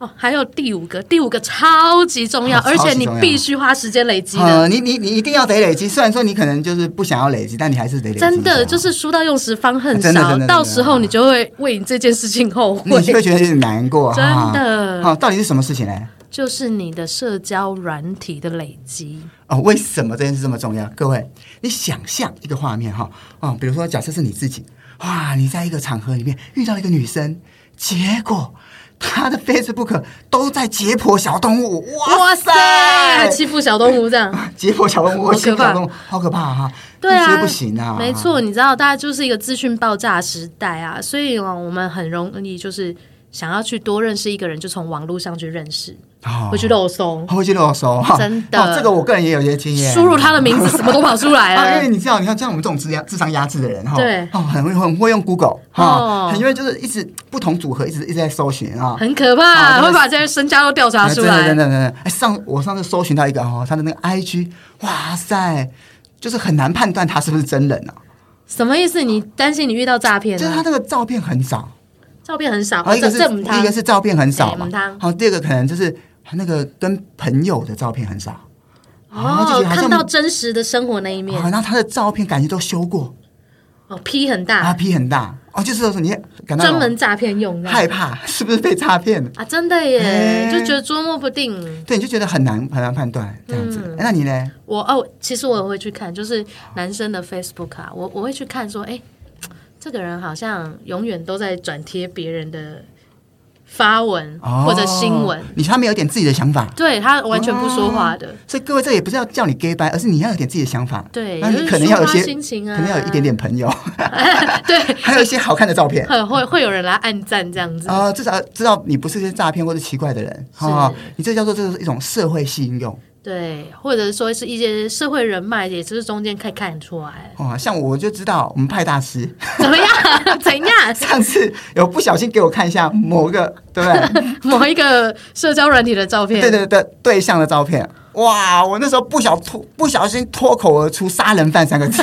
Speaker 2: 哦，还有第五个，第五个超级重要，
Speaker 1: 哦
Speaker 2: 而且
Speaker 1: 超
Speaker 2: 你
Speaker 1: 级重要
Speaker 2: 必须花时间累积的。
Speaker 1: 呃，你你你一定要得累积，虽然说你可能就是不想要累积，但你还是得累积一下。
Speaker 2: 真的就是书到用时方恨
Speaker 1: 哎真的真的
Speaker 2: 少，
Speaker 1: 真的
Speaker 2: 到时候你就会为你这件事情后
Speaker 1: 你会
Speaker 2: 悔。
Speaker 1: 觉得有点难过，
Speaker 2: 真
Speaker 1: 哈
Speaker 2: 的
Speaker 1: 好，到底是什么事情呢？
Speaker 2: 就是你的社交软体的累积，
Speaker 1: 哦，为什么这件事这么重要？各位，你想象一个画面哈，哦，比如说假设是你自己，哇，你在一个场合里面遇到了一个女生，结果她的 Facebook 都在解剖小动物，哇塞，
Speaker 2: 还欺负小动物这样。
Speaker 1: 解剖小动物，
Speaker 2: 好可
Speaker 1: 解剖
Speaker 2: 怕
Speaker 1: 小动物，好可怕哈、
Speaker 2: 对
Speaker 1: 你觉
Speaker 2: 啊，
Speaker 1: 得不行啊，
Speaker 2: 没错，你知道，大家就是一个资讯爆炸的时代啊，所以哦，我们很容易就是想要去多认识一个人，就从网络上去认识，
Speaker 1: 哦，
Speaker 2: 会去肉搜，
Speaker 1: 会去啰嗦哈，
Speaker 2: 真的
Speaker 1: 哦这个我个人也有一些经验，
Speaker 2: 输入他的名字，什么都跑出来
Speaker 1: 啊，因为
Speaker 2: 了。
Speaker 1: 你知道，你看像我们这种智压智商压制的人哈，
Speaker 2: 对
Speaker 1: 哦，很会很会用 Google 哈，
Speaker 2: 哦
Speaker 1: 很因为就是一直不同组合，一直一直在搜寻啊。
Speaker 2: 很可
Speaker 1: 啊
Speaker 2: 怕，
Speaker 1: 真的
Speaker 2: 会把这些身家都调查
Speaker 1: 哎
Speaker 2: 出
Speaker 1: 真的
Speaker 2: 来
Speaker 1: 真。的真的，哎，上我上次搜寻到一个哦，他的那个 IG，哇塞，就是很难判断他是不是真人啊，
Speaker 2: 什么意思？你担心你遇到诈骗
Speaker 1: 就是他
Speaker 2: 啊？
Speaker 1: 那个照片很少，
Speaker 2: 照片很少，
Speaker 1: 啊，一个
Speaker 2: 这
Speaker 1: 是
Speaker 2: 这母
Speaker 1: 一
Speaker 2: 汤
Speaker 1: 个是照片很少
Speaker 2: 哎
Speaker 1: 嘛
Speaker 2: 母汤，
Speaker 1: 好，第二个可能就是那个跟朋友的照片很少，啊就觉
Speaker 2: 哦，
Speaker 1: 得好
Speaker 2: 看
Speaker 1: 像
Speaker 2: 到真实的生活那一面
Speaker 1: 哦，那他的照片感觉都修过，
Speaker 2: 哦，P 很
Speaker 1: 啊
Speaker 2: 大，
Speaker 1: ，P 很大，哦，就是说你感到
Speaker 2: 专门诈骗用的
Speaker 1: 害怕是不是被诈骗了？
Speaker 2: 啊，真的耶
Speaker 1: 哎，
Speaker 2: 就觉得捉摸不定。
Speaker 1: 对，你就觉得很难很难判断这样子。
Speaker 2: 嗯
Speaker 1: 哎那你呢？
Speaker 2: 我哦，其实我也会去看，就是男生的 Facebook 啊，我我会去看说，哎，这个人好像永远都在转贴别人的发文或者新闻
Speaker 1: 哦，你他们有点自己的想法。
Speaker 2: 对他完全不说话的。
Speaker 1: 所以各位，这也不是要叫你 gay 掰，而是你要有点自己的想法。
Speaker 2: 对
Speaker 1: 那
Speaker 2: 就
Speaker 1: 你
Speaker 2: 是
Speaker 1: 可能要有
Speaker 2: 抒发
Speaker 1: 些，
Speaker 2: 心情啊
Speaker 1: 可能要有一点点朋友，
Speaker 2: 对，
Speaker 1: 还有一些好看的照 片。
Speaker 2: 很会会有人来暗赞这样子。
Speaker 1: 啊、至少知道你不是些诈骗或者奇怪的人，
Speaker 2: 是
Speaker 1: 哦，你这叫做这是一种社会信用
Speaker 2: 对，或者说是一些社会人脉，也就是中间可以看得出来，
Speaker 1: 哦。像我就知道我们派大师
Speaker 2: 怎么样？ 怎样？
Speaker 1: 上次有不小心给我看一下某个对不对？
Speaker 2: 某一个社交软体的照片，
Speaker 1: 对对对对象的照片，哇！我那时候不小脱不小心脱口而出“杀人犯”三个 字，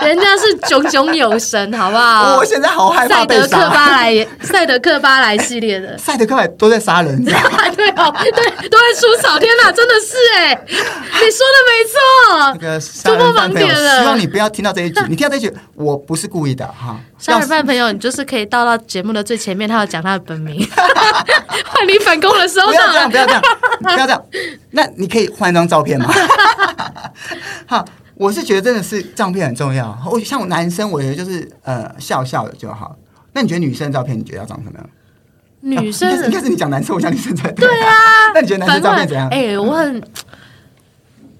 Speaker 2: 人家是炯炯有神，好不好
Speaker 1: 我？现在好害怕
Speaker 2: 赛
Speaker 1: 被
Speaker 2: 德克
Speaker 1: 杀。。
Speaker 2: 巴莱，赛德克巴莱系列的
Speaker 1: 赛德克巴都在杀人，你知道吗
Speaker 2: 对哦，对，都会出草，天哪，真的是哎，你说的
Speaker 1: 那
Speaker 2: 没错，
Speaker 1: 个杀人犯朋
Speaker 2: 突破盲
Speaker 1: 友，
Speaker 2: 点了
Speaker 1: 希望你不要听到这一句。你听到这一句，我不是故意的哈。
Speaker 2: 杀人犯朋友，你就是可以到到节目的最前面，他要讲他的本 名，换你反攻的时候
Speaker 1: 不要
Speaker 2: 到
Speaker 1: 这样，
Speaker 2: 了
Speaker 1: 不。要这样，不要这样。那你可以换一张照片吗？好，我是觉得真的是照片很重要。我像我男生，我觉得就是呃笑笑的就好。那你觉得女生的照片，你觉得要长什么样？
Speaker 2: 女生
Speaker 1: 啊应该是应该是你讲男生，我讲女生才对啊。那你觉得男
Speaker 2: 反
Speaker 1: 生照
Speaker 2: 过来
Speaker 1: 片怎样？
Speaker 2: 哎、我很，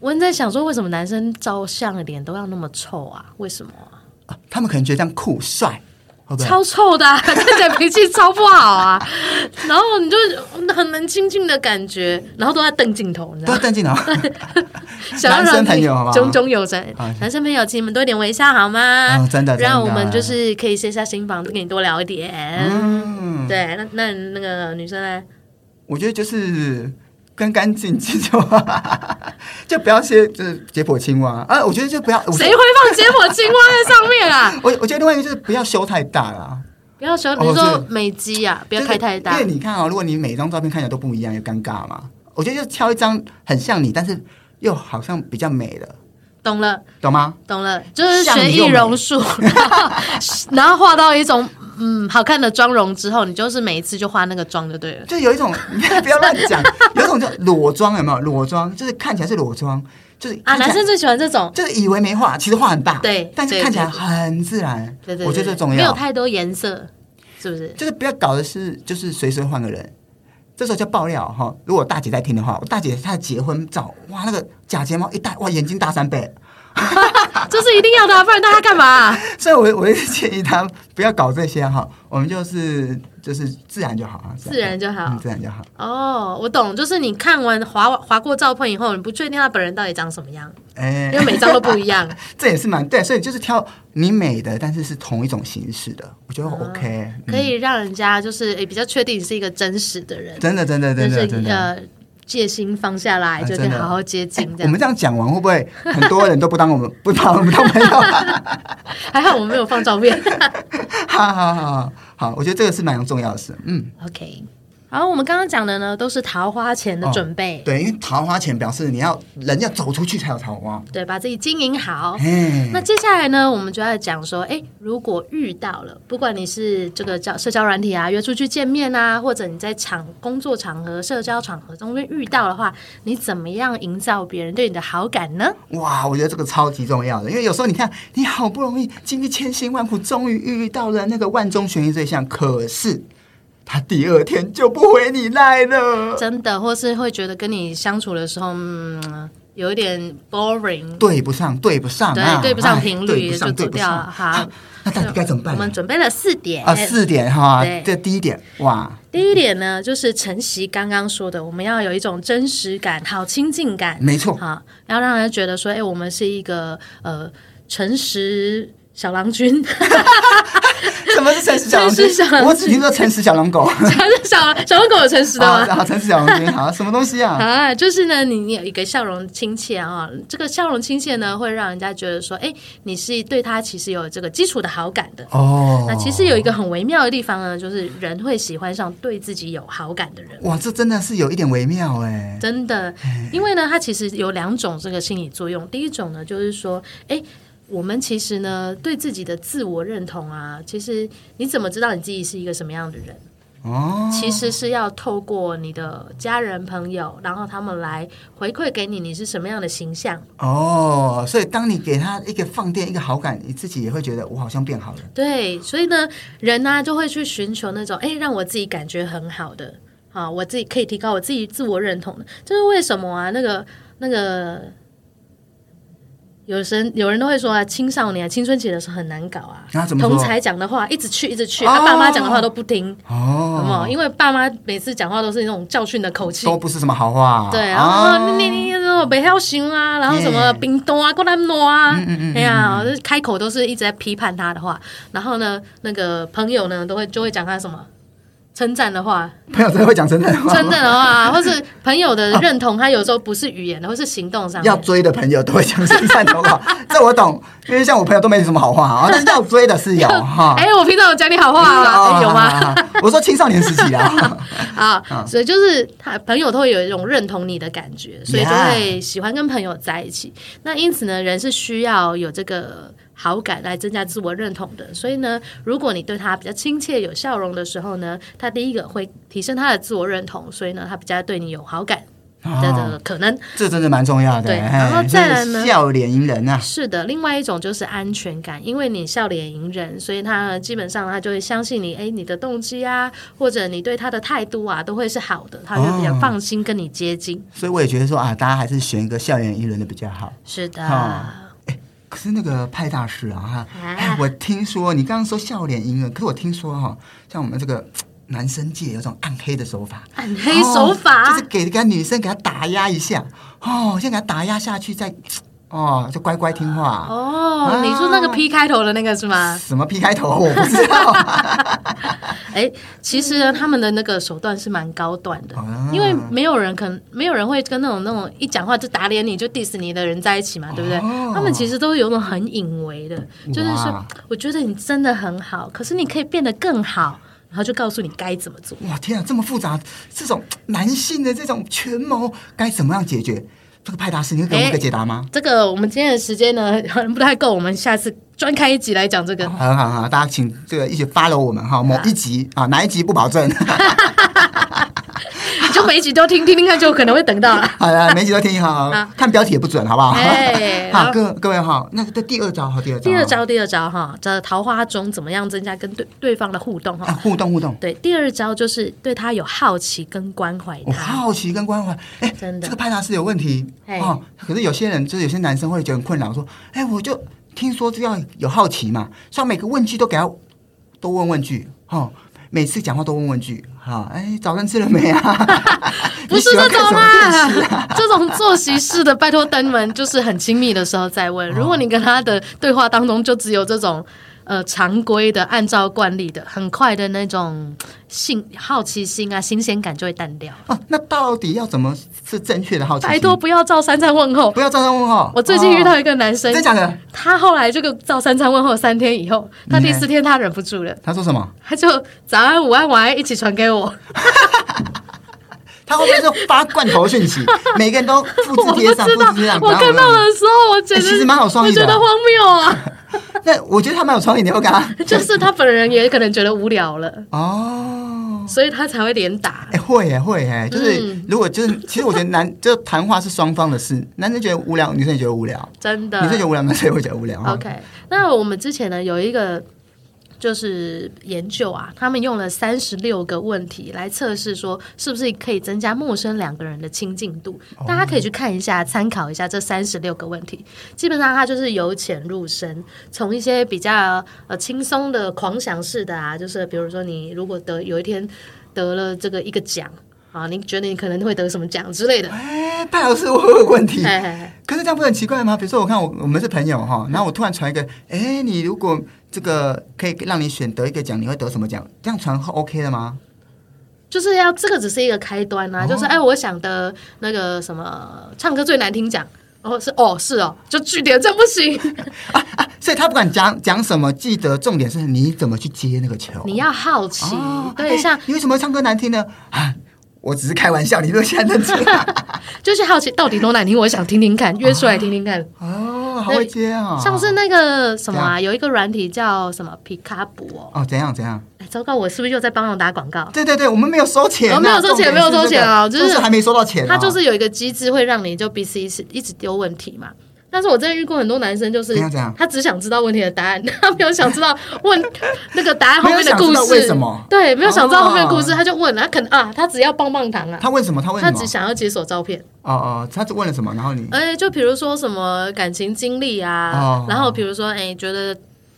Speaker 2: 我很在想说，为什么男生照相的脸都要那么臭啊？为什么啊、
Speaker 1: 啊他们可能觉得这样酷帅，会不会？
Speaker 2: 超臭的、啊， 看起来脾气超不好啊。然后你就很难亲近的感觉，然后都在瞪镜头，你知
Speaker 1: 都要
Speaker 2: 道吗？
Speaker 1: 瞪镜头。
Speaker 2: 想要
Speaker 1: 男生
Speaker 2: 让自己
Speaker 1: 朋友好不好
Speaker 2: 炯炯有神
Speaker 1: 好。
Speaker 2: 男生朋友，请你们多点微笑好吗？
Speaker 1: 哦真的真的
Speaker 2: 让我们就是可以卸下心防，跟你多聊一点。
Speaker 1: 嗯，
Speaker 2: 对，那那那个女生呢？
Speaker 1: 我觉得就是干干净净就好， 就不要些就是解剖青蛙啊。我觉得就不要，我
Speaker 2: 谁会放结果青蛙在上面啊？
Speaker 1: 我我觉得另外一个就是不要修太大啦，
Speaker 2: 不要说，
Speaker 1: 哦
Speaker 2: 你
Speaker 1: 这
Speaker 2: 说
Speaker 1: 个
Speaker 2: 美肌啊，不要
Speaker 1: 就是
Speaker 2: 开太大。
Speaker 1: 因为你看啊、如果你每一张照片看起来都不一样，也尴尬嘛。我觉得就挑一张很像你，但是又好像比较美的，
Speaker 2: 懂了，
Speaker 1: 懂吗？
Speaker 2: 懂了，就是学易容术，然后 然后画到一种嗯好看的妆容之后，你就是每一次就画那个妆就对了。
Speaker 1: 就有一种 不要乱 讲，有一种叫裸妆，有没有？裸妆就是看起来是裸妆，就是看
Speaker 2: 啊，
Speaker 1: 起来
Speaker 2: 男生最喜欢这种，
Speaker 1: 就是以为没画，其实画很大，
Speaker 2: 对
Speaker 1: 但是
Speaker 2: 对
Speaker 1: 看起来
Speaker 2: 对
Speaker 1: 很自然。
Speaker 2: 对对对，
Speaker 1: 我觉得这重
Speaker 2: 没有
Speaker 1: 要，
Speaker 2: 太多颜色，是不是？
Speaker 1: 就是不要搞的是就是随时换个人。这时候就爆料哈，如果大姐在听的话，我大姐她的结婚照，哇，那个假睫毛一戴，哇，眼睛大三倍，
Speaker 2: 这是一定要的啊、不然大家干嘛 啊、
Speaker 1: 所以我，我一直建议他不要搞这些哈，我们就是就是自然就好啊，
Speaker 2: 自然就好
Speaker 1: 嗯，自然就好。
Speaker 2: 哦，我懂，就是你看完划划过照片以后，你不确定他本人到底长什么 样，
Speaker 1: 哎、
Speaker 2: 因为每张都不一 样。
Speaker 1: 这也是蛮对，所以就是挑你美的，但是是同一种形式的，我觉得 OK，、
Speaker 2: 啊
Speaker 1: 嗯
Speaker 2: 可以让人家就是诶比较确定你是一个真实的人，
Speaker 1: 真的真的真
Speaker 2: 但
Speaker 1: 的
Speaker 2: 是
Speaker 1: 真的。
Speaker 2: 呃戒心放下来，
Speaker 1: 啊
Speaker 2: 就可以
Speaker 1: 真的
Speaker 2: 好好接近这
Speaker 1: 我
Speaker 2: 样。
Speaker 1: 们这样讲完，会不会 很多人都不当我们不把我们当朋友？
Speaker 2: 还好我们没有放照片。
Speaker 1: 好好好好，我觉得这个是蛮重要的事。嗯，
Speaker 2: OK，然后我们刚刚讲的呢，都是桃花前的准备，
Speaker 1: 对，因为桃花钱表示你要人要走出去才有桃花。
Speaker 2: 对，把自己经营好。
Speaker 1: 哎，
Speaker 2: 那接下来呢，我们就要讲说，哎，如果遇到了，不管你是这个叫社交软体啊，约出去见面啊，或者你在场工作场合、社交场合中间遇到的话，你怎么样营造别人对你的好感呢？
Speaker 1: 哇，我觉得这个超级重要的，因为有时候你看，你好不容易经历千辛万苦，终于遇到了那个万中选一对象，可是他第二天就不回你来了。
Speaker 2: 真的，或是会觉得跟你相处的时候，嗯，有一点 boring，
Speaker 1: 对不上，对不上啊！
Speaker 2: 对对不上
Speaker 1: 哎
Speaker 2: 频率
Speaker 1: 对不
Speaker 2: 就
Speaker 1: 上，
Speaker 2: 走
Speaker 1: 对不
Speaker 2: 掉
Speaker 1: 上
Speaker 2: 了哈
Speaker 1: 啊那到底该怎么办
Speaker 2: 我
Speaker 1: 呢？
Speaker 2: 们准备了四点
Speaker 1: 啊，四点哈
Speaker 2: 对，
Speaker 1: 这第一点哇，
Speaker 2: 第一点呢，就是晨曦刚刚说的，我们要有一种真实感，好亲近感，
Speaker 1: 没错，
Speaker 2: 好，要让人觉得说，哎、我们是一个呃诚实小郎君，
Speaker 1: 什么是诚实小狼
Speaker 2: 诚实小狼
Speaker 1: 君？
Speaker 2: 君
Speaker 1: 我只听说诚实小狼狗，
Speaker 2: 小小狼狗有诚实的
Speaker 1: 好，
Speaker 2: 吗？
Speaker 1: 好，诚实小狼君，好，什么东西啊？
Speaker 2: 啊，就是呢，你你有一个笑容亲切啊、这个笑容亲切呢，会让人家觉得说，哎、你是对他其实有这个基础的好感的。
Speaker 1: 哦，
Speaker 2: 那其实有一个很微妙的地方呢，就是人会喜欢上对自己有好感的人。
Speaker 1: 哇，这真的是有一点微妙哎，
Speaker 2: 真的，因为呢，它其实有两种这个心理作用。第一种呢，就是说，哎，我们其实呢对自己的自我认同啊，其实你怎么知道你自己是一个什么样的人？
Speaker 1: 哦，
Speaker 2: 其实是要透过你的家人朋友，然后他们来回馈给你，你是什么样的形象。
Speaker 1: 哦，所以当你给他一个放电、一个好感，你自己也会觉得我好像变好了。
Speaker 2: 对，所以呢，人呢、就会去寻求那种哎，让我自己感觉很好的啊，我自己可以提高我自己自我认同的。这是为什么啊？那个那个，有人有人都会说啊，青少年、啊、青春期的时候很难搞啊。
Speaker 1: 那怎么
Speaker 2: 同
Speaker 1: 说？
Speaker 2: 才讲的话一直去一直去，
Speaker 1: 哦
Speaker 2: 他、爸妈讲的话都不听，有没
Speaker 1: 哦
Speaker 2: 有，因为爸妈每次讲话都是那种教训的口气，
Speaker 1: 都不是什么好话。
Speaker 2: 对，然
Speaker 1: 啊
Speaker 2: 后你你你说北晓熊啊，然后什么
Speaker 1: 耶
Speaker 2: 冰冻啊、过来挪啊，
Speaker 1: 嗯
Speaker 2: 哎呀，就是开口都是一直在批判他的话，然后呢，那个朋友呢都会就会讲他什么。称赞的话，
Speaker 1: 朋友真的会讲真的话，
Speaker 2: 称赞的话，或是朋友的认同，他有时候不是语言的，或是行动上
Speaker 1: 要
Speaker 2: 面。
Speaker 1: 追的朋友都会讲真善的话， 这我懂，因为像我朋友都没什么好话啊，但是要追的是有哈。
Speaker 2: 哎，我平常有讲你好话
Speaker 1: 哦
Speaker 2: 啊，哎有吗？？
Speaker 1: 我说青少年时期 啊，
Speaker 2: 啊，所以就是他朋友都会有一种认同你的感觉，所以就会喜欢跟朋友在一起。那因此呢，人是需要有这个好感来增加自我认同的。所以呢，如果你对他比较亲切、有笑容的时候呢，他第一个会提升他的自我认同，所以呢，他比较对你有好感的这
Speaker 1: 哦
Speaker 2: 个可能。
Speaker 1: 这真的蛮重要的。
Speaker 2: 对
Speaker 1: 嘿
Speaker 2: 然后再来呢
Speaker 1: 就是笑脸迎人啊，
Speaker 2: 是的，另外一种就是安全感，因为你笑脸迎人，所以他呢基本上他就会相信你，哎，你的动机啊，或者你对他的态度啊，都会是好的，他会比较
Speaker 1: 哦
Speaker 2: 放心跟你接近。
Speaker 1: 所以我也觉得说啊，大家还是选一个笑脸迎人的比较好。
Speaker 2: 是的，
Speaker 1: 哦可是那个派大师啊，哈、
Speaker 2: 啊
Speaker 1: 哎，我听说你刚刚说笑脸迎人，可是我听说哈、像我们这个嘖男生界有种暗黑的手法，
Speaker 2: 暗黑手
Speaker 1: 哦
Speaker 2: 法
Speaker 1: 就是给给女生给她打压一下，哦，先给她打压下去，再嘖哦就乖乖听话。
Speaker 2: 哦
Speaker 1: 啊嗯
Speaker 2: 你说那个 P 开头的那个是吗？
Speaker 1: 什么 P 开头我不知道，
Speaker 2: 哎，其实呢，他们的那个手段是蛮高段的，
Speaker 1: 啊
Speaker 2: 因为没有人可能没有人会跟那种那种一讲话就打脸你就 diss 你的人在一起嘛，对不对？
Speaker 1: 哦
Speaker 2: 他们其实都是有种很隐微的，就是说
Speaker 1: 哇，
Speaker 2: 我觉得你真的很好，可是你可以变得更好，然后就告诉你该怎么做。
Speaker 1: 哇天啊，这么复杂，这种嘖男性的这种权谋该怎么样解决？这个派大师，你会给我们一个
Speaker 2: 哎
Speaker 1: 解答吗？
Speaker 2: 这个我们今天的时间呢， 可能不太够，我们下次专开一集来讲 这个。
Speaker 1: 好好好，大家请这个一起 follow 我们哈，某一集啊，哪一集不保证。
Speaker 2: 就每一集都听听听看，就可能会等到了。
Speaker 1: 好了，每集都听 哈，看标题也不准，好不好？
Speaker 2: 啊 哎
Speaker 1: 好，各各位哈，那个第二招哈，第二招，
Speaker 2: 第二招，第二招哈，这桃花中怎么样增加跟对对方的互动
Speaker 1: 啊，
Speaker 2: 哈？
Speaker 1: 互动互动，
Speaker 2: 对，第二招就是对他有好奇跟关怀
Speaker 1: 我
Speaker 2: 他。
Speaker 1: 好奇跟关怀，哎，
Speaker 2: 哎真的
Speaker 1: 这个派大师有问题
Speaker 2: 哎
Speaker 1: 哦。可是有些人就是有些男生会觉得很困扰，说，哎，我就听说就要有好奇嘛，所以每个问句都给他多问问句，哦，每次讲话都问问句，哈，哎，早餐吃了没 啊？
Speaker 2: 不是
Speaker 1: 你喜
Speaker 2: 这
Speaker 1: 欢看
Speaker 2: 种
Speaker 1: 什么电视啊
Speaker 2: 啦， 这种坐席式的，拜托登门，就是很亲密的时候再
Speaker 1: 哦
Speaker 2: 问。如果你跟他的对话当中就只有这种呃常规的、按照惯例的、很快的那种性好奇心啊、新鲜感就会淡掉。
Speaker 1: 哦，那到底要怎么是正确的好奇心？
Speaker 2: 拜托不要照三餐问候。
Speaker 1: 不要照三问号。
Speaker 2: 我最近遇
Speaker 1: 哦
Speaker 2: 到一个男生
Speaker 1: 真，假的，
Speaker 2: 他后来这个照三餐问候三天以后，他第四天他忍不住了，
Speaker 1: 他说什么？
Speaker 2: 他就早安、午安、晚安一起传给我，
Speaker 1: 他会不会是发罐头讯 息？每个人都复
Speaker 2: 我
Speaker 1: 制
Speaker 2: 不
Speaker 1: 贴上，
Speaker 2: 知
Speaker 1: 复
Speaker 2: 道
Speaker 1: 制贴上。。
Speaker 2: 我看到的时候，我觉
Speaker 1: 哎
Speaker 2: 得、
Speaker 1: 其实蛮有创意的
Speaker 2: 我觉得荒谬啊，
Speaker 1: 那我觉得他蛮有创意的，我给他
Speaker 2: 就是他本人也可能觉得无聊了，
Speaker 1: 哦。
Speaker 2: 所以他才会连打
Speaker 1: 哎、。会耶，会耶，就是、
Speaker 2: 嗯
Speaker 1: 如果就是，其实我觉得 男就谈话是双方的事，男生觉得无聊，女生也觉得无聊，
Speaker 2: 真的
Speaker 1: 女生觉得无聊，男生也会觉得无聊。哦
Speaker 2: 嗯 OK，那我们之前呢有一个就是研究啊，他们用了三十六个问题来测试说是不是可以增加陌生两个人的亲近度。大家可以去看一下，参考一下这三十六个问题。基本上它就是由浅入深，从一些比较呃轻松的狂想式的啊，就是比如说你如果得有一天得了这个一个奖啊，你觉得你可能会得什么奖之类的。
Speaker 1: 哎、派老师，我有个问题，
Speaker 2: 哎哎
Speaker 1: 可是这样不是很奇怪吗？比如说，我看我我们是朋友哈，然后我突然传一个，哎、你如果这个可以让你选得一个奖，你会得什么奖？这样传后 OK 的吗？
Speaker 2: 就是要这个只是一个开端啊，
Speaker 1: 哦
Speaker 2: 就是哎，我想的那个什么唱歌最难听奖，哦是哦是哦，就据点这样不行，
Speaker 1: 啊，所以他不管讲讲什么，记得重点是你怎么去接那个球。
Speaker 2: 你要好奇，
Speaker 1: 哦
Speaker 2: 对，像
Speaker 1: 哎你为什么唱歌难听呢？啊，我只是开玩笑，你 都现在认真
Speaker 2: 就是好奇到底多难听，我想听听看，约出来听听看，
Speaker 1: 哦，好会接哦。
Speaker 2: 像是那个什么啊，有一个软体叫什么皮卡布哦。
Speaker 1: 哦，怎样怎样？
Speaker 2: 哎，糟糕，我是不是又在帮忙打广告？
Speaker 1: 对对对，我们没有收钱啊，
Speaker 2: 哦我没有收钱
Speaker 1: 重点是
Speaker 2: 没有收钱啊
Speaker 1: 这
Speaker 2: 就
Speaker 1: 个
Speaker 2: 是
Speaker 1: 还没收到钱啊。
Speaker 2: 它就是有一个机制会让你就彼此一直一直丢问题嘛。但是我真的遇过很多男生，就是
Speaker 1: 怎样怎样
Speaker 2: 他只想知道问题的答案， 他没有想知道问那个答案后
Speaker 1: 没有
Speaker 2: 面的
Speaker 1: 想
Speaker 2: 故
Speaker 1: 知道
Speaker 2: 事，
Speaker 1: 为什么
Speaker 2: 对，没有想知道后面的故事，
Speaker 1: 哦
Speaker 2: 他就问，他可能啊，他只要棒棒糖啊，
Speaker 1: 他问什么？他问
Speaker 2: 他
Speaker 1: 什么
Speaker 2: 只？想要解锁照片。
Speaker 1: 哦哦，他只问了什么？然后你
Speaker 2: 哎、就比如说什么感情经历啊，
Speaker 1: 哦
Speaker 2: 然后比如说哎、觉得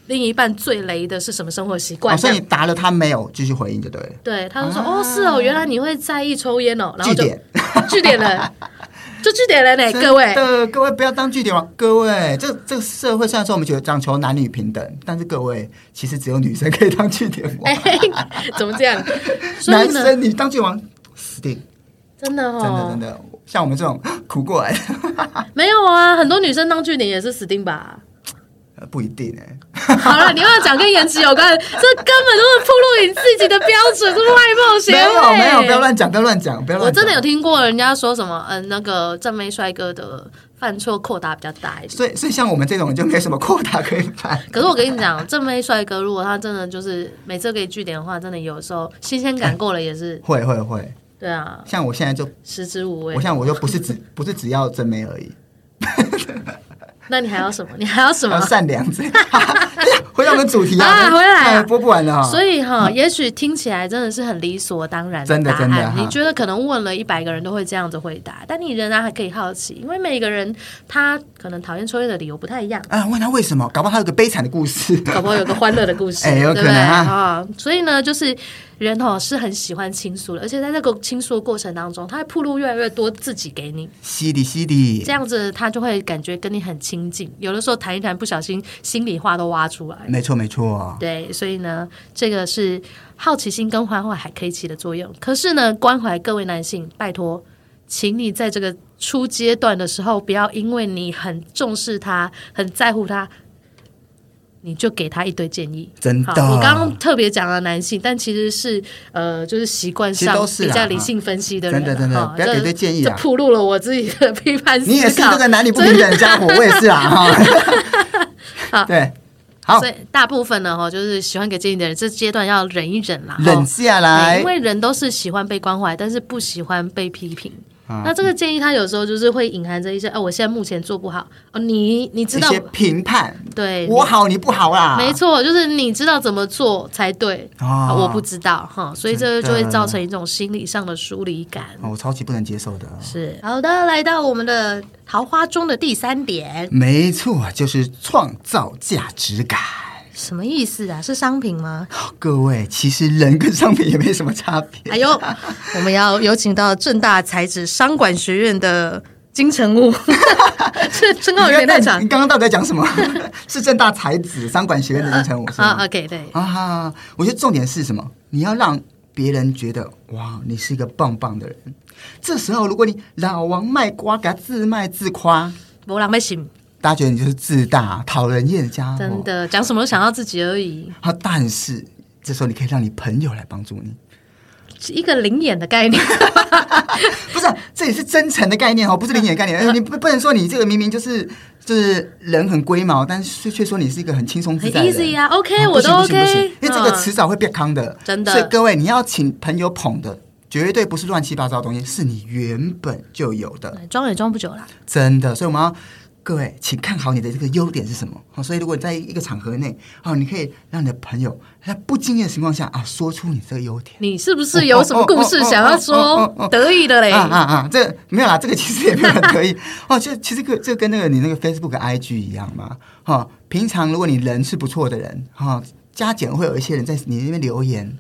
Speaker 2: 另一半最雷的是什么生活习
Speaker 1: 哦，
Speaker 2: 惯、这
Speaker 1: 所以
Speaker 2: 样
Speaker 1: 你答了他没有继续回应就对了。
Speaker 2: 对，他就说、
Speaker 1: 啊
Speaker 2: 哦，是哦，原来你会在意抽烟哦，然后
Speaker 1: 据
Speaker 2: 就
Speaker 1: 点，
Speaker 2: 据点了，就据点 了呢，哎各位。
Speaker 1: 的各位不要当据点王，各位，这这个社会虽然说我们觉得讲求男女平等，但是各位其实只有女生可 以当据点王，
Speaker 2: 哎、怎么 这样？所以
Speaker 1: 男
Speaker 2: 呢，
Speaker 1: 生你当据点王死定，
Speaker 2: 真的
Speaker 1: 真的
Speaker 2: 哦，
Speaker 1: 真的，像我们这种苦过来的
Speaker 2: 没有啊，很多女生当据点也是死定吧。
Speaker 1: 呃不一定哎、
Speaker 2: 好了，你又要讲跟颜值有关，这根本就是暴露你自己的标准，这是外貌协
Speaker 1: 没有
Speaker 2: 会。
Speaker 1: 没有，不要乱讲，不要乱讲，不要乱讲。
Speaker 2: 欸我真的有听过人家说什么，嗯、那个正妹帅哥的犯错扩大比较大一点。
Speaker 1: 所以所以像我们这种就没什么扩大可以办。
Speaker 2: 可是我跟你讲，正妹帅哥如果他真的就是每次都给你据点的话，真的有时候新鲜感过了也是，
Speaker 1: 会会会，
Speaker 2: 对啊，
Speaker 1: 像我现在就，
Speaker 2: 食之无味
Speaker 1: 我。像我就不是只不是只要真美而已，
Speaker 2: 那你还要什么？你还要什
Speaker 1: 还
Speaker 2: 么
Speaker 1: 有？善良这。 回到我们主题
Speaker 2: 啊
Speaker 1: 啊，
Speaker 2: 回来啊
Speaker 1: 哎播不完了啊。
Speaker 2: 所以哈，也许听起来真的是很理所当然
Speaker 1: 真的
Speaker 2: 答案，
Speaker 1: 真的哈
Speaker 2: 你觉得可能问了一百个人都会这样子回答，但你仍然还可以好奇，因为每个人他可能讨厌抽烟的理由不太 一样。
Speaker 1: 啊，问他为什么？搞不好他有个悲惨的故 事。
Speaker 2: 搞不好有个欢乐的故事，
Speaker 1: 哎有
Speaker 2: 对不
Speaker 1: 可
Speaker 2: 对
Speaker 1: 能啊
Speaker 2: 啊、所以呢，就是人哦是很喜欢倾诉的，而且在这个倾诉的过程当中，他会铺路越来越多自己给你，
Speaker 1: 犀利犀利
Speaker 2: 这，样子他就会感觉跟你很亲近。有的时候谈一谈，不小心心里话都挖出来。
Speaker 1: 没错没错。
Speaker 2: 对，所以呢，这个是好奇心跟关怀还可以起的作用。可是呢，关怀各位男性，拜托，请你在这个初阶段的时候，不要因为你很重视他、很在乎他，你就给他一堆建议。
Speaker 1: 真的
Speaker 2: 好，我刚刚特别讲了男性，但其实是呃，就是习惯
Speaker 1: 其实
Speaker 2: 上
Speaker 1: 都是
Speaker 2: 比
Speaker 1: 啦
Speaker 2: 较理性分析的人啊，
Speaker 1: 真的真的
Speaker 2: 哈
Speaker 1: 不要给一堆建议
Speaker 2: 这
Speaker 1: 啊
Speaker 2: 暴露了我自己的批判思考。
Speaker 1: 你也是这个男女不平等的家伙，我也是啊哈。
Speaker 2: 好
Speaker 1: 对，好
Speaker 2: 所，以大部分呢，哈，就是喜欢给建议的人，这阶段要忍一忍啦，哈
Speaker 1: 冷下
Speaker 2: 对，
Speaker 1: 来
Speaker 2: 因。为人都是喜欢被关怀，但是不喜欢被批评。
Speaker 1: 啊
Speaker 2: 那这个建议，他有时候就是会隐含着一些，哦，我现在目前做不好，哦，你你知
Speaker 1: 一
Speaker 2: 道，
Speaker 1: 些评判，
Speaker 2: 对，
Speaker 1: 我好你不好啊啦。
Speaker 2: 没错，就是你知道怎么做才对，
Speaker 1: 啊
Speaker 2: 啊我不知道哈，所以这就
Speaker 1: 真的
Speaker 2: 会造成一种心理上的疏离感。
Speaker 1: 哦，我超级不能接受的。
Speaker 2: 是好的，来到我们的桃花中的第三点，
Speaker 1: 没错，就是创造价值感。
Speaker 2: 什么意思啊？是商品 吗？
Speaker 1: 各位，其实人跟商品也没什么差别。
Speaker 2: 哎呦，我们要有请到正大材质商管学院的金城 武，这身高有点太长
Speaker 1: 你刚刚到底在讲什么？ 是正大才子商管学院的金城武是
Speaker 2: 啊。
Speaker 1: 吗？
Speaker 2: OK，对，
Speaker 1: 啊哈！我觉得重点是什么？你要让别人觉得哇，你是一个棒棒的人。这时候，如果你老王卖瓜，给他自卖自夸，
Speaker 2: 波浪被醒，
Speaker 1: 大家觉得你就是自大、讨人厌的家伙。
Speaker 2: 真的讲什么都想到自己而已，
Speaker 1: 啊，但是这时候你可以让你朋友来帮助你，
Speaker 2: 是一个灵眼的概 念。
Speaker 1: 不是啊、这也是真诚的概念哦，不是零点概 念。哎你不不能说你这个明明就是就是人很龟毛，但是却说你是一个很轻松自
Speaker 2: 很
Speaker 1: 在的人。
Speaker 2: easy 啊，OK，
Speaker 1: 啊
Speaker 2: 我
Speaker 1: 不行
Speaker 2: 都
Speaker 1: 不行不
Speaker 2: OK，
Speaker 1: 行因为这个
Speaker 2: 嗯
Speaker 1: 迟早会变康的，
Speaker 2: 真的
Speaker 1: 所以各位，你要请朋友捧的，绝对不是乱七八糟的东西，是你原本就有的，
Speaker 2: 哎装也装不久啦。
Speaker 1: 真的。所以我们要。各位，请看好你的这个优点是什么？哦好，所以如果你在一个场合内，哦，你可以让你的朋友在不经意的情况下啊，说出你这个优点。
Speaker 2: 你是不
Speaker 1: 哦
Speaker 2: 是有什么故事想要
Speaker 1: 哦哦哦哦哦
Speaker 2: 说
Speaker 1: 哦
Speaker 2: 得意的嘞？
Speaker 1: 啊啊啊！这个没有啦，这个其实也没有很得 意哦。就其实跟这个跟那个你那个 Facebook IG 一样嘛。哈、哦，平常如果你人是不错的人，哈、哦，加减会有一些人在你那边留言，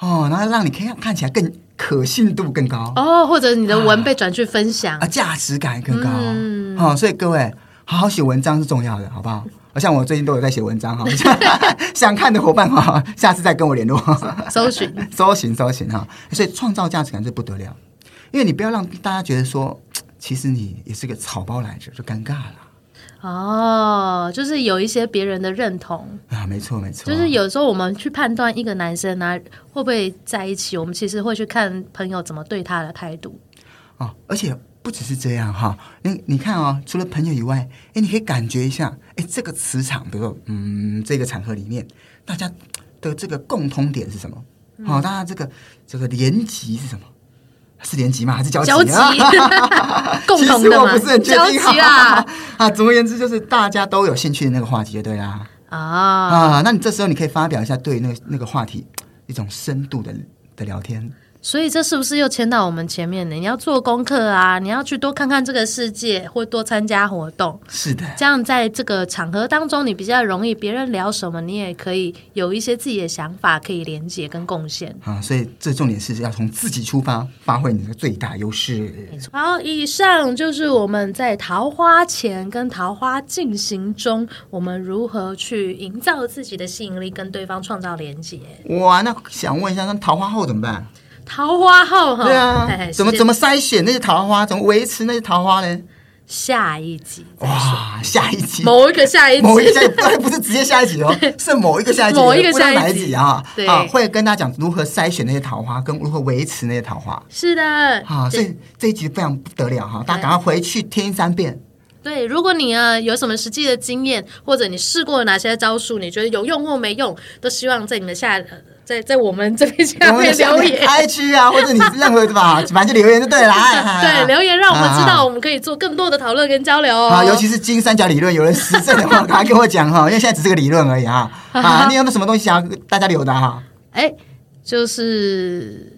Speaker 1: 哦，然后让你可以看起来更可信度更高，
Speaker 2: 哦，或者你的文被转去分享
Speaker 1: 啊，，价值感更高。
Speaker 2: 嗯
Speaker 1: 哦，所以各位好好写文章是重要的，好不好？像我最近都有在写文章哈， 想看的伙伴哈，下次再跟我联络。
Speaker 2: 搜寻
Speaker 1: 搜寻搜寻哈，所以创造价值感是不得了，因为你不要让大家觉得说，嘖其实你也是个草包来着，就尴尬了
Speaker 2: 哦，就是有一些别人的认同。
Speaker 1: 啊，没错没错，
Speaker 2: 就是有时候我们去判断一个男生啊会不会在一起，我们其实会去看朋友怎么对他的态度。
Speaker 1: 哦，而且不只是这样哈，你你看哦，除了朋友以外，哎，你可以感觉一下，哎，这个磁场，比如说，嗯，这个场合里面，大家的这个共通点是什么？
Speaker 2: 嗯
Speaker 1: 好、大家这个这个联集是什么？是联集吗？还是交集
Speaker 2: 交
Speaker 1: 啊？
Speaker 2: 集 共同
Speaker 1: 其
Speaker 2: 的
Speaker 1: 实我
Speaker 2: 嘛
Speaker 1: 不是很，确
Speaker 2: 交
Speaker 1: 定
Speaker 2: 集啦
Speaker 1: 啊，总而言之，就是大家都有兴趣的那个话题，就对啦。
Speaker 2: 啊，
Speaker 1: 啊，那你这时候你可以发表一下对那个那个话题一种深度的的聊天。
Speaker 2: 所以这是不是又牵到我们前面呢？你要做功课啊，你要去多看看这个世界，或多参加活动，
Speaker 1: 是的，
Speaker 2: 这样在这个场合当中，你比较容易别人聊什么，你也可以有一些自己的想法可以连接跟贡献。
Speaker 1: 啊，所以这重点是要从自己出发，发挥你的最大优势。
Speaker 2: 好，以上就是我们在桃花前跟桃花进行中，我们如何去营造自己的吸引力，跟对方创造连接。
Speaker 1: 哇，那想问一下，那桃花后怎么办？
Speaker 2: 桃花后哈，
Speaker 1: 对啊
Speaker 2: 哦嘿嘿，
Speaker 1: 怎么
Speaker 2: 是
Speaker 1: 怎么筛选那些桃花？怎么维持那些桃花呢？
Speaker 2: 下一集再说？
Speaker 1: 哇，下一集。
Speaker 2: 某一个下一集，
Speaker 1: 某一个下一集，哎不是直接下一 集哦，是某一个下一集，
Speaker 2: 某一个
Speaker 1: 不知道
Speaker 2: 下一
Speaker 1: 哪一
Speaker 2: 集
Speaker 1: 集啊？
Speaker 2: 对
Speaker 1: 啊，会跟大家讲如何筛选那些桃花，跟如何维持那些桃花。
Speaker 2: 是的，
Speaker 1: 啊，
Speaker 2: 这
Speaker 1: 所以这一集非常不得了哈，大家赶快回去听三遍。
Speaker 2: 对，如果你啊有什么实际的经验，或者你试过哪些招数，你觉得有用或没用，都希望在你们下呃在在我们这 边下
Speaker 1: 我们
Speaker 2: 面
Speaker 1: 下
Speaker 2: 留
Speaker 1: 面
Speaker 2: 言。
Speaker 1: IG 啊，或者你任何地方， 反正就留言就对了。哎哎哎
Speaker 2: 对，留言让我们知
Speaker 1: 啊
Speaker 2: 道，我们可以做更多的讨论跟交流哦。
Speaker 1: 啊，尤其是金三角理论，有人实证的 话，赶快跟我讲哈，因为现在只是个理论而已啊。啊，你有没有什么东西想要大家留的 哈？
Speaker 2: 哎，就是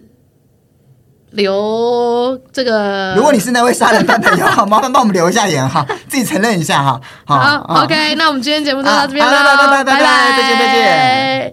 Speaker 2: 留这个。
Speaker 1: 如果你是那位杀人犯朋友，麻烦帮我们留一下言哈，自己承认一下哈。
Speaker 2: 好
Speaker 1: 啊
Speaker 2: ，OK，那我们今天节目就
Speaker 1: 啊
Speaker 2: 到这边
Speaker 1: 好
Speaker 2: 了，
Speaker 1: 拜拜拜拜拜拜再见再见
Speaker 2: 拜